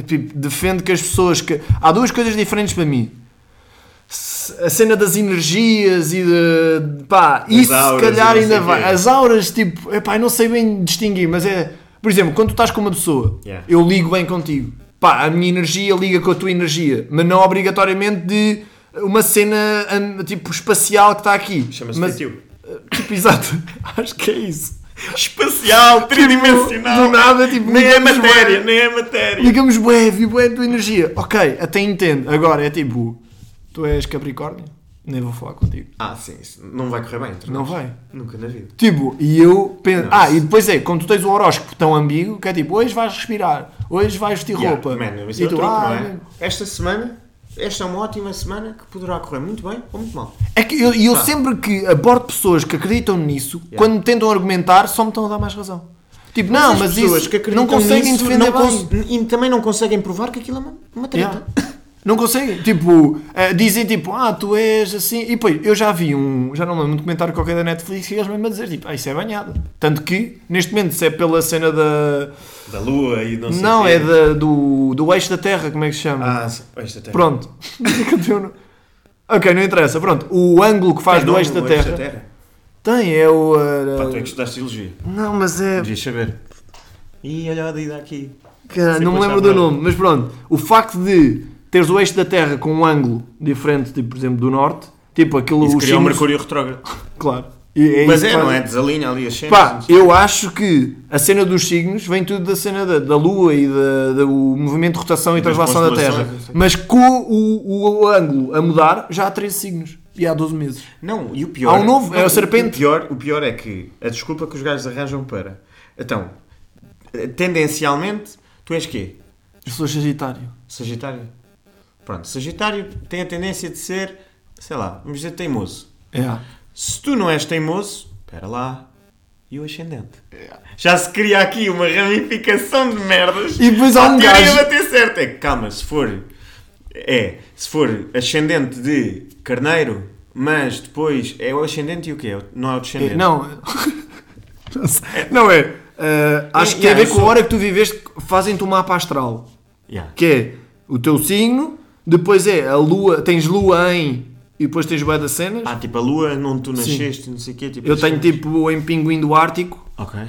Speaker 1: tipo, defendo que as pessoas que. Há duas coisas diferentes para mim. Se- a cena das energias e de. pá,
Speaker 2: Das
Speaker 1: isso
Speaker 2: auras
Speaker 1: se calhar
Speaker 2: e não sei
Speaker 1: ainda vai.
Speaker 2: quê.
Speaker 1: As auras, tipo, epá, eu não sei bem distinguir, mas é. Por exemplo, quando tu estás com uma pessoa,
Speaker 2: Yeah.
Speaker 1: eu ligo bem contigo. Pá, a minha energia liga com a tua energia, mas não obrigatoriamente de uma cena hum, tipo espacial que está aqui.
Speaker 2: Chama-se
Speaker 1: mas,
Speaker 2: feitiço.
Speaker 1: Tipo, exato. Acho que é isso.
Speaker 2: Espacial, tridimensional.
Speaker 1: do nada, tipo,
Speaker 2: Nem é
Speaker 1: ligamos
Speaker 2: matéria,
Speaker 1: bué.
Speaker 2: nem é matéria.
Speaker 1: Ligamos bué, vi bué a tua energia. Ok, até entendo. Agora é tipo, tu és Capricórnio, nem vou falar contigo.
Speaker 2: Ah, sim, isso não vai correr bem. entre
Speaker 1: Não
Speaker 2: nós.
Speaker 1: vai.
Speaker 2: Nunca na vida.
Speaker 1: Tipo, e eu penso.
Speaker 2: Nossa.
Speaker 1: Ah, e depois é, quando tu tens o horóscopo tão ambíguo, que é tipo, hoje vais respirar, hoje vais vestir
Speaker 2: Yeah,
Speaker 1: roupa.
Speaker 2: Man, isso
Speaker 1: e
Speaker 2: é o truque,
Speaker 1: ah,
Speaker 2: não é? Esta semana, esta é uma ótima semana que poderá correr muito bem ou muito mal.
Speaker 1: É que eu, e eu
Speaker 2: Pá.
Speaker 1: sempre que abordo pessoas que acreditam nisso,
Speaker 2: Ah. Yeah.
Speaker 1: quando me tentam argumentar, só me estão a dar mais razão. Tipo, não,
Speaker 2: As
Speaker 1: mas
Speaker 2: pessoas
Speaker 1: isso
Speaker 2: que acreditam
Speaker 1: não conseguem
Speaker 2: nisso
Speaker 1: defender
Speaker 2: não
Speaker 1: bem.
Speaker 2: cons- E também não conseguem provar que aquilo é uma, uma treta.
Speaker 1: Yeah. Não conseguem. Tipo, eh, dizem tipo, ah, tu és assim. E depois, eu já vi um, já não me lembro, um documentário qualquer da Netflix que eles mesmo a dizer, tipo, ah, isso é banhado. Tanto que, neste momento, se é pela cena da.
Speaker 2: Da lua e não sei
Speaker 1: Não,
Speaker 2: o quê.
Speaker 1: é da, do, do eixo da Terra, como é que se chama?
Speaker 2: Ah, sim, esta terra.
Speaker 1: Pronto. Continua. ok, não interessa. Pronto, o ângulo que faz
Speaker 2: Tem
Speaker 1: do
Speaker 2: nome,
Speaker 1: eixo da
Speaker 2: o
Speaker 1: Terra. Tem, é o. eh,
Speaker 2: Pá, tu é que estudaste Teologia.
Speaker 1: Não, mas é.
Speaker 2: Devias saber. Ih, olha a Dida aqui.
Speaker 1: Caralho,
Speaker 2: Sei
Speaker 1: não me
Speaker 2: quantos
Speaker 1: lembro
Speaker 2: há
Speaker 1: do
Speaker 2: para-
Speaker 1: nome, mas pronto. O facto de teres o eixo da Terra com um ângulo diferente, tipo, por exemplo, do norte, tipo aquilo.
Speaker 2: Isso um
Speaker 1: os
Speaker 2: criou o
Speaker 1: chinos-
Speaker 2: Mercúrio retrógrado.
Speaker 1: Claro. E
Speaker 2: Mas
Speaker 1: isso
Speaker 2: é,
Speaker 1: que
Speaker 2: não
Speaker 1: faz-
Speaker 2: é? Desalinha ali as cenas.
Speaker 1: Pá, eu acho que a cena dos signos vem tudo da cena da, da Lua e da, da- o movimento de rotação e
Speaker 2: Das
Speaker 1: translação da Terra.
Speaker 2: constelações, assim.
Speaker 1: Mas com o, o ângulo a mudar, já há 13 signos. E há 12 meses.
Speaker 2: Não, e o pior.
Speaker 1: Há um novo, é a
Speaker 2: o-
Speaker 1: serpente.
Speaker 2: O pior, o pior é que a desculpa que os gajos arranjam para. Então, tendencialmente, tu és quê?
Speaker 1: Eu sou Sagitário.
Speaker 2: Sagitário. Pronto, Sagitário tem a tendência de ser, sei lá, vamos dizer teimoso.
Speaker 1: É.
Speaker 2: Se tu não és teimoso, espera lá. E o ascendente? Já se cria aqui uma ramificação de merdas.
Speaker 1: E depois há um
Speaker 2: A teoria
Speaker 1: gajo-
Speaker 2: vai ter certo. É que, calma, se for. É, se for ascendente de carneiro, mas depois é o ascendente e o quê? Não é o descendente.
Speaker 1: Não. não é. Ah, acho que tem a
Speaker 2: yeah,
Speaker 1: ver com
Speaker 2: eu
Speaker 1: a
Speaker 2: sou-
Speaker 1: hora que tu viveste, que fazem-te o mapa astral.
Speaker 2: Yeah.
Speaker 1: que é o teu signo, depois é a lua, tens lua em e depois tens bué das cenas.
Speaker 2: Ah, tipo a lua onde tu nasceste, não sei o quê. Tipo,
Speaker 1: eu tenho tipo em pinguim do Ártico,
Speaker 2: Ok.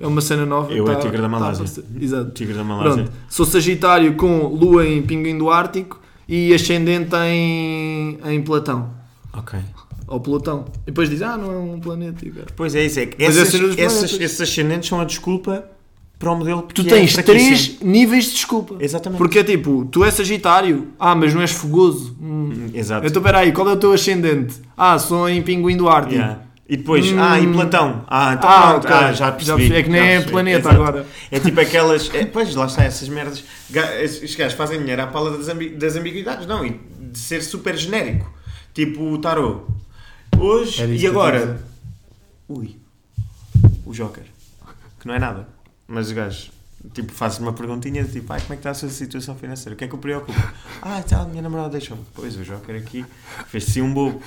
Speaker 1: é uma cena nova.
Speaker 2: Eu é tigre da Malásia.
Speaker 1: tá a aparecer. Exato.
Speaker 2: Tigre da Malásia.
Speaker 1: Pronto, sou Sagitário com lua em pinguim do Ártico e ascendente em, em Platão.
Speaker 2: Ok.
Speaker 1: Ou Plutão. E depois diz, ah, não é um planeta. e o caralho.
Speaker 2: Pois é, isso é que
Speaker 1: Mas
Speaker 2: essas,
Speaker 1: esse era dos
Speaker 2: essas-
Speaker 1: planetas.
Speaker 2: esses ascendentes são a desculpa para o modelo que
Speaker 1: Tu
Speaker 2: é
Speaker 1: tens
Speaker 2: fraquíssimo.
Speaker 1: três níveis de desculpa.
Speaker 2: Exatamente.
Speaker 1: Porque é tipo, tu és Sagitário, ah, mas não és fogoso. Hum.
Speaker 2: Exato.
Speaker 1: Então peraí, qual é o teu ascendente? Ah, sou em pinguim do Ártico.
Speaker 2: Yeah. E depois,
Speaker 1: Hum.
Speaker 2: ah, e Platão. Ah, então
Speaker 1: Ah,
Speaker 2: pronto,
Speaker 1: ok.
Speaker 2: ah, já
Speaker 1: Já
Speaker 2: percebi.
Speaker 1: percebi. É que nem é
Speaker 2: percebi.
Speaker 1: planeta
Speaker 2: Exato.
Speaker 1: agora.
Speaker 2: É tipo aquelas. é, pois, lá está, essas merdas. Ga- Esses gajos fazem dinheiro à pala das, ambi- das ambiguidades, não, e de ser super genérico. Tipo o tarô. Hoje
Speaker 1: Era isso que
Speaker 2: e
Speaker 1: eu
Speaker 2: agora.
Speaker 1: estava
Speaker 2: Ui. O Joker. Que não é nada. Mas os gajos. Tipo, fazes uma perguntinha de tipo, ai, como é que está a sua situação financeira? O que é que eu preocupo? Ah, tal, a minha namorada deixou-me. Pois, o Joker aqui fez-te sim um bobo.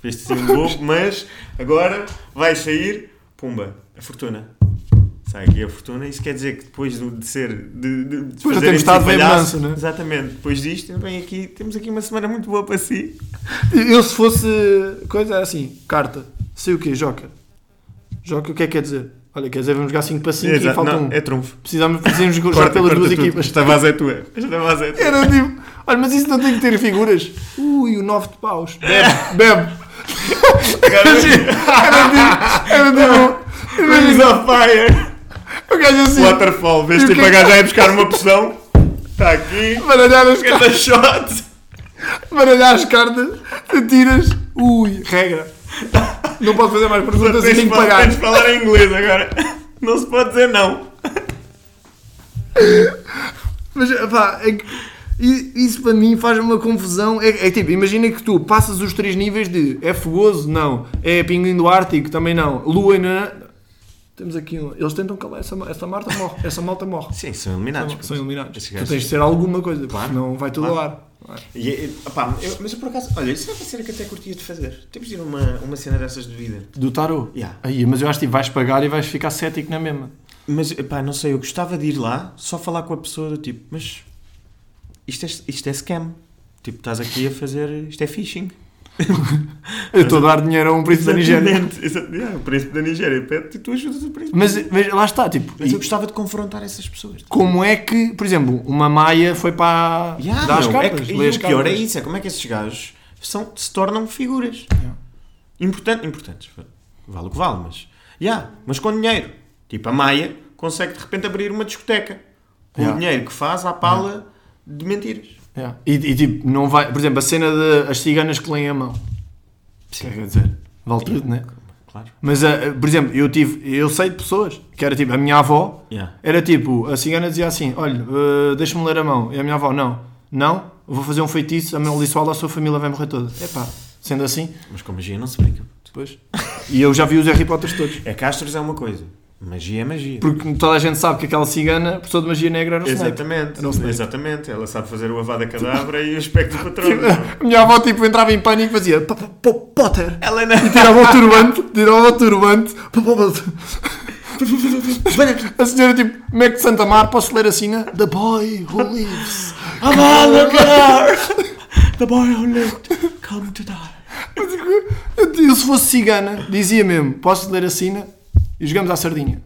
Speaker 2: Fez-te sim um bobo, mas agora vai sair, pumba, a fortuna. Sai aqui a fortuna, isso quer dizer que depois do- de ser. De, de, de
Speaker 1: Depois da
Speaker 2: fazerem-se
Speaker 1: tempestade vem a
Speaker 2: palhaço-
Speaker 1: bonança, né?
Speaker 2: Exatamente, depois disto, vem aqui, temos aqui uma semana muito boa para si.
Speaker 1: Eu se fosse coisa era assim, carta, sei o quê, Joker. Joker o que é que quer dizer? Olha, quer dizer, vamos jogar 5 para 5 e
Speaker 2: Exato,
Speaker 1: falta
Speaker 2: não,
Speaker 1: um.
Speaker 2: É trunfo.
Speaker 1: Precisamos, precisamos jogar pelas duas
Speaker 2: tudo.
Speaker 1: equipas.
Speaker 2: Esta base é tua. Esta base é tua.
Speaker 1: Era tipo, olha, mas isso não tem que ter figuras. Ui, o 9 de paus. Bebe, bebe. Era tipo, era tipo,
Speaker 2: Rings
Speaker 1: imagina,
Speaker 2: of Fire!
Speaker 1: o gajo assim,
Speaker 2: Waterfall, vês
Speaker 1: E o
Speaker 2: tipo
Speaker 1: que-
Speaker 2: a gaja a ir buscar uma poção, está aqui,
Speaker 1: baralhar as, cartas,
Speaker 2: cada shot,
Speaker 1: baralhar as cartas, tu tiras, ui, regra. Não pode fazer mais perguntas e
Speaker 2: tens
Speaker 1: tem
Speaker 2: de
Speaker 1: que
Speaker 2: falar,
Speaker 1: pagar.
Speaker 2: tens de falar em inglês agora. Não se pode dizer não.
Speaker 1: Mas, pá, é que i- isso para mim faz uma confusão. É, é tipo, imagina que tu passas os três níveis de é fogoso, não, é pinguim do Ártico, também não, lua, não, não. Temos aqui um. Eles tentam calar, essa, essa, Marta morre, essa malta morre.
Speaker 2: Sim, são eliminados.
Speaker 1: São eliminados.
Speaker 2: Esses
Speaker 1: Tu
Speaker 2: gajos.
Speaker 1: tens de ser alguma coisa,
Speaker 2: Claro,
Speaker 1: porque não vai tudo
Speaker 2: claro.
Speaker 1: ao ar.
Speaker 2: E, e, opá, eu- mas eu por acaso, olha, isso é uma cena que até curtias de fazer. Temos de ir a uma, uma cena dessas de vida.
Speaker 1: Do tarô?
Speaker 2: Yeah.
Speaker 1: Aí, mas eu acho que tipo, vais pagar e vais ficar cético na mesma.
Speaker 2: Mas, pá, não sei, eu gostava de ir lá, só falar com a pessoa do tipo, mas isto é, isto é scam. Tipo, estás aqui a fazer, isto é phishing.
Speaker 1: Eu estou a dar dinheiro a um príncipe da Nigéria.
Speaker 2: Exatamente, exato. Yeah, o príncipe da Nigéria pede e tu ajudas o príncipe.
Speaker 1: Mas, mas lá está, tipo,
Speaker 2: Mas
Speaker 1: e
Speaker 2: eu gostava de confrontar essas pessoas.
Speaker 1: como é que, por exemplo, uma maia foi para
Speaker 2: Yeah,
Speaker 1: dar as
Speaker 2: meu, é
Speaker 1: cartas?
Speaker 2: que-
Speaker 1: lê
Speaker 2: e
Speaker 1: as
Speaker 2: o pior é
Speaker 1: cartas.
Speaker 2: isso, é como é que esses gajos são, se tornam figuras.
Speaker 1: Yeah.
Speaker 2: Importante, importantes, vale o que vale, mas... Yeah, mas com dinheiro. Tipo, a Maia consegue de repente abrir uma discoteca com
Speaker 1: Yeah.
Speaker 2: o dinheiro que faz à pala de mentiras.
Speaker 1: Yeah. E, e, tipo, não vai. Por exemplo, a cena das ciganas que leem a mão. Sim. Quer dizer, vale tudo, né?
Speaker 2: Claro.
Speaker 1: Mas, ah, por exemplo, eu tive. Eu sei de pessoas que era tipo. A minha avó
Speaker 2: Yeah.
Speaker 1: era tipo. A cigana dizia assim: olha, ah, deixa-me ler a mão. E a minha avó: não, não, eu vou fazer um feitiço, a amaldiçoá-la, a sua família vai morrer toda. Epá, sendo assim.
Speaker 2: Mas com magia não se brinca. puto.
Speaker 1: Pois. E eu já vi os Harry Potters todos.
Speaker 2: É que Astros é uma coisa, magia é magia.
Speaker 1: Porque toda a gente sabe que aquela cigana, pessoa de magia negra, era um Snape.
Speaker 2: Exatamente,
Speaker 1: Não se brinca.
Speaker 2: exatamente. Ela sabe fazer o avada cadabra e o espectro patrão.
Speaker 1: A minha avó tipo entrava em pânico e fazia "P- P- P- Potter
Speaker 2: Ela não.
Speaker 1: e tirava o turbante, tirava o turbante. P- P- P- A senhora tipo, Mac de Santa Mar, posso ler a sina? The boy who lives.
Speaker 2: Avada cadabra! The boy who lived, come to die.
Speaker 1: Eu se fosse cigana, dizia mesmo, posso ler a sina? E jogamos à sardinha.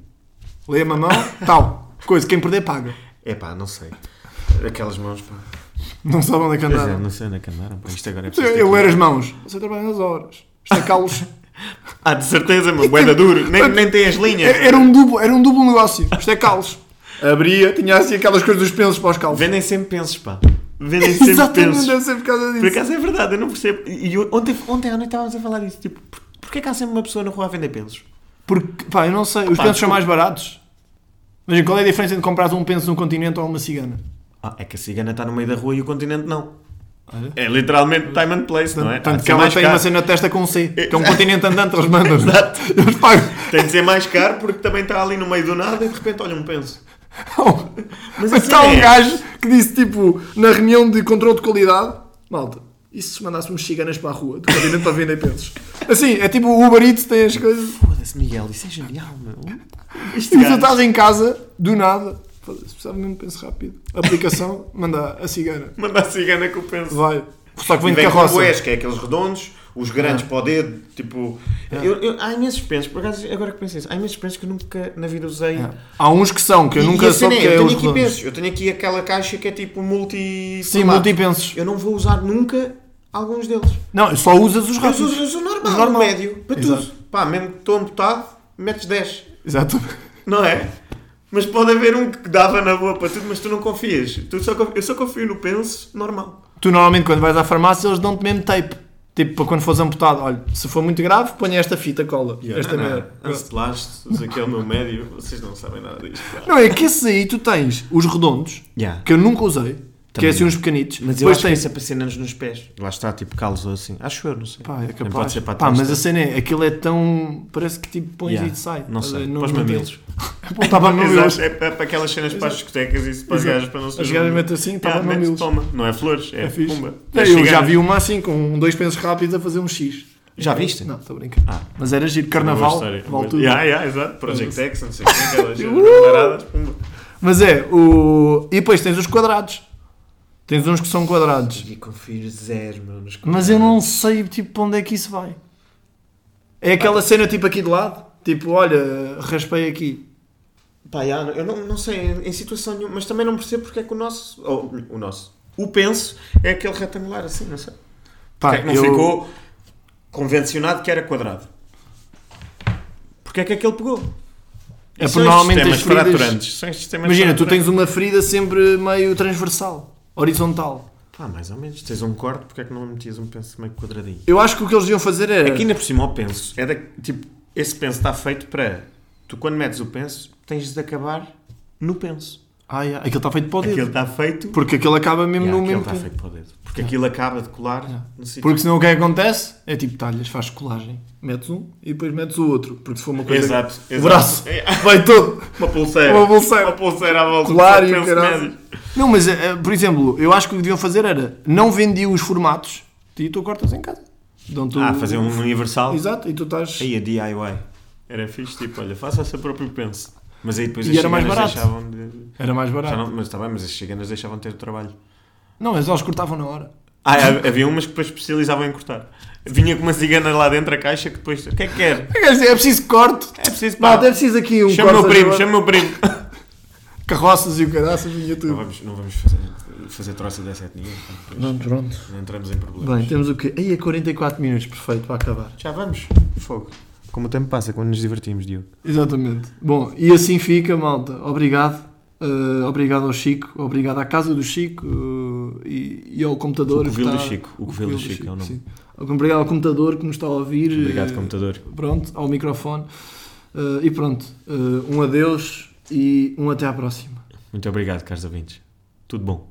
Speaker 1: Lê a mamão, tal. Coisa, quem perder paga.
Speaker 2: É pá, não sei. Aquelas mãos, pá.
Speaker 1: Não sabe onde é que
Speaker 2: Pois é,
Speaker 1: andava.
Speaker 2: não sei onde é que andaram. Pá. Isto agora é preciso. ter
Speaker 1: Eu
Speaker 2: cuidado.
Speaker 1: era as mãos. Você trabalha nas horas. Estacá-los.
Speaker 2: Ah, de certeza, mano. Boeda duro. Nem, nem tem as linhas.
Speaker 1: Era um duplo, era um duplo negócio. Estacá-los. Abria, tinha assim aquelas coisas dos pensos para os calos.
Speaker 2: Vendem sempre pensos, pá. Vendem sempre
Speaker 1: Exatamente,
Speaker 2: pensos.
Speaker 1: deve ser por causa
Speaker 2: Por
Speaker 1: disso.
Speaker 2: acaso é verdade, eu não percebo. E eu- ontem, ontem à noite estávamos a falar disso. Tipo, por- porquê é que há sempre uma pessoa na rua a vender pensos?
Speaker 1: Porque, pá, eu não sei, os
Speaker 2: Pá,
Speaker 1: pensos são mais baratos. Mas qual é a diferença entre comprar um penso num continente ou uma cigana?
Speaker 2: Ah, é que a cigana está no meio da rua e o continente não.
Speaker 1: Olha.
Speaker 2: É literalmente time and place, não é? Há
Speaker 1: Tanto
Speaker 2: de
Speaker 1: que
Speaker 2: ser
Speaker 1: ela
Speaker 2: mais
Speaker 1: tem
Speaker 2: caro.
Speaker 1: uma cena na testa com um C, que é um continente andante, eles mandam. Eles pagam.
Speaker 2: Tem de ser mais caro porque também está ali no meio do nada e de repente olha um penso.
Speaker 1: Mas
Speaker 2: Mas assim
Speaker 1: está um
Speaker 2: é.
Speaker 1: gajo que disse, tipo, na reunião de controle de qualidade, malta, e se mandássemos ciganas para a rua, do continente para vender pensos? Assim, é tipo o Uber Eats tem as coisas.
Speaker 2: Foda-se, Miguel, isso é genial, meu. Este
Speaker 1: E tu
Speaker 2: gajo.
Speaker 1: estás em casa, do nada, foda-se, precisava mesmo de penso rápido. Aplicação, manda a cigana.
Speaker 2: Manda a cigana com o penso.
Speaker 1: Vai. Só que vem
Speaker 2: E
Speaker 1: de
Speaker 2: vem
Speaker 1: carroça. Ah.
Speaker 2: com boés, que é aqueles redondos, os grandes para o dedo, tipo... Eu, eu- há imensos pensos, por acaso, agora que penso isso, há imensos pensos que eu nunca na vida usei.
Speaker 1: Há uns que são, Ah. que eu
Speaker 2: E- e
Speaker 1: nunca
Speaker 2: a cena
Speaker 1: soube
Speaker 2: é,
Speaker 1: que é
Speaker 2: eu
Speaker 1: os
Speaker 2: tenho aqui
Speaker 1: redondos.
Speaker 2: pensos, eu tenho aqui aquela caixa que é tipo multi...
Speaker 1: Sim, multipensos.
Speaker 2: Eu não vou usar nunca alguns deles.
Speaker 1: Não, só usas os
Speaker 2: Eu
Speaker 1: ratos.
Speaker 2: uso, eu uso o normal,
Speaker 1: O normal.
Speaker 2: o médio, para
Speaker 1: Exato.
Speaker 2: tudo. Pá, mesmo que estou amputado, metes 10.
Speaker 1: Exato.
Speaker 2: Não é? Mas pode haver um que dava na boa para tudo, mas tu não confias. Tu só conf- Eu só confio no penso normal.
Speaker 1: Tu normalmente quando vais à farmácia eles dão-te mesmo tape. Tipo, para quando fores amputado, olha, se for muito grave, ponha esta fita cola. Esta
Speaker 2: é?
Speaker 1: merda.
Speaker 2: Anceplast, aqui é o meu médio, vocês não sabem nada disto.
Speaker 1: Não, é que esses aí tu tens os redondos,
Speaker 2: Yeah.
Speaker 1: que eu nunca usei, que é
Speaker 2: Também
Speaker 1: assim
Speaker 2: não.
Speaker 1: uns pequenitos.
Speaker 2: Mas eu
Speaker 1: depois
Speaker 2: acho que
Speaker 1: tens.
Speaker 2: isso é para cenas nos pés. Lá está, tipo calos ou assim. Acho eu, não sei.
Speaker 1: Pá, é
Speaker 2: Também
Speaker 1: capaz.
Speaker 2: Pode ser para
Speaker 1: Pá,
Speaker 2: trás,
Speaker 1: mas a
Speaker 2: tá?
Speaker 1: cena é, aquilo é tão. Parece que tipo pões
Speaker 2: Yeah.
Speaker 1: e sai.
Speaker 2: Não sei, para os
Speaker 1: tem-
Speaker 2: mamilos.
Speaker 1: Apontava no mamilos.
Speaker 2: Exato, é para para aquelas cenas para as discotecas e isso para as
Speaker 1: Exato.
Speaker 2: gajas para não ser.
Speaker 1: As gajas metem assim, tá bem, mamilos.
Speaker 2: Toma, não é flores, é,
Speaker 1: É fixe.
Speaker 2: pumba.
Speaker 1: É,
Speaker 2: É
Speaker 1: eu já
Speaker 2: cigana.
Speaker 1: vi uma assim, com dois pensos rápidos a fazer um X.
Speaker 2: Já viste?
Speaker 1: Não, estou a brincar.
Speaker 2: Ah.
Speaker 1: Mas era giro,
Speaker 2: Uma boa
Speaker 1: carnaval,
Speaker 2: história.
Speaker 1: vale tudo.
Speaker 2: Yeah, yeah, exato. Project X, não sei o que, aquelas paradas. pumba.
Speaker 1: Mas é, o... e depois tens os quadrados. Tens uns que são quadrados.
Speaker 2: E confio zero, meu, nos
Speaker 1: Mas eu não sei tipo, para onde é que isso vai. É aquela cena tipo aqui de lado. Tipo, olha, raspei aqui.
Speaker 2: Pá, já, eu não, não sei, em em situação nenhuma, mas também não percebo porque é que o nosso, ou, o nosso, o penso é aquele retangular assim, não sei.
Speaker 1: Pá,
Speaker 2: porque é que não
Speaker 1: eu-
Speaker 2: ficou convencionado que era quadrado? Porque é que aquele
Speaker 1: É
Speaker 2: pegou? São
Speaker 1: porque
Speaker 2: estes
Speaker 1: normalmente
Speaker 2: sistemas
Speaker 1: as feridas...
Speaker 2: fraturantes. São estes sistemas
Speaker 1: Imagina, tu
Speaker 2: fraturantes.
Speaker 1: tens uma ferida sempre meio transversal, horizontal.
Speaker 2: Pá, mais ou menos, tens um corte, porque é que não metias um penso meio quadradinho?
Speaker 1: Eu acho que o que eles iam fazer era...
Speaker 2: Aqui ainda por cima o penso é da, tipo, esse penso está feito para tu quando metes o penso tens de acabar no penso.
Speaker 1: Ah, yeah. Aquilo está feito para o dedo.
Speaker 2: Aquilo está feito
Speaker 1: Porque aquilo acaba mesmo
Speaker 2: tá- Yeah,
Speaker 1: no
Speaker 2: aquilo
Speaker 1: mesmo
Speaker 2: está
Speaker 1: tempo.
Speaker 2: feito para o dedo. Porque aquilo acaba de colar no sítio.
Speaker 1: Porque senão o que é que acontece? É tipo talhas, faz colagem, metes um e depois metes o outro. Porque se for uma coisa.
Speaker 2: Exato,
Speaker 1: o
Speaker 2: exato.
Speaker 1: braço
Speaker 2: É.
Speaker 1: vai todo.
Speaker 2: Uma pulseira.
Speaker 1: Uma pulseira.
Speaker 2: Uma pulseira à volta.
Speaker 1: Colar
Speaker 2: Só
Speaker 1: e o
Speaker 2: penso
Speaker 1: caralho.
Speaker 2: médio.
Speaker 1: Não, mas eh, eh, por exemplo, eu acho que o que deviam fazer era não vendiam os formatos e tu cortas em casa. Dão-te
Speaker 2: Ah,
Speaker 1: o-
Speaker 2: fazer um universal.
Speaker 1: Exato, e tu estás.
Speaker 2: Aí a DIY. Era fixe, tipo, olha, faça o seu próprio penso. Mas aí depois
Speaker 1: E
Speaker 2: as
Speaker 1: era mais
Speaker 2: chiganas
Speaker 1: barato.
Speaker 2: deixavam de...
Speaker 1: Era mais
Speaker 2: Já
Speaker 1: barato. Não...
Speaker 2: não- mas está bem, mas as chiganas deixavam de ter o trabalho. é,
Speaker 1: mas eles cortavam na hora.
Speaker 2: Ah, havia umas que depois especializavam em cortar. Vinha com uma cigana lá dentro da caixa que depois. O que é que quer?
Speaker 1: É preciso corte.
Speaker 2: É preciso pá.
Speaker 1: Malta, é preciso aqui um
Speaker 2: Chama o meu
Speaker 1: corte
Speaker 2: primo,
Speaker 1: agora.
Speaker 2: chama o meu primo.
Speaker 1: Carroças e o caraças, vinha
Speaker 2: Não
Speaker 1: tudo.
Speaker 2: vamos, não vamos fazer, fazer troça dessa etnia. então, depois
Speaker 1: Não, pronto.
Speaker 2: Não entramos em problemas.
Speaker 1: Bem, temos o quê? Aí é 44 minutos, perfeito, para acabar.
Speaker 2: Já vamos. Fogo. Como o tempo passa quando nos divertimos, Diogo.
Speaker 1: Exatamente. Bom, e assim fica, malta. Obrigado. Uh, obrigado ao Chico, obrigado à casa do Chico uh, e, e ao computador.
Speaker 2: O
Speaker 1: que
Speaker 2: Covil do
Speaker 1: está-
Speaker 2: Chico. O Covil do Chico é o nome.
Speaker 1: sim. Obrigado ao computador que nos está a ouvir.
Speaker 2: Obrigado,
Speaker 1: uh,
Speaker 2: computador.
Speaker 1: Pronto, ao microfone. Uh, e pronto. Uh, um adeus e um até à próxima.
Speaker 2: Muito obrigado, caros ouvintes. Tudo bom.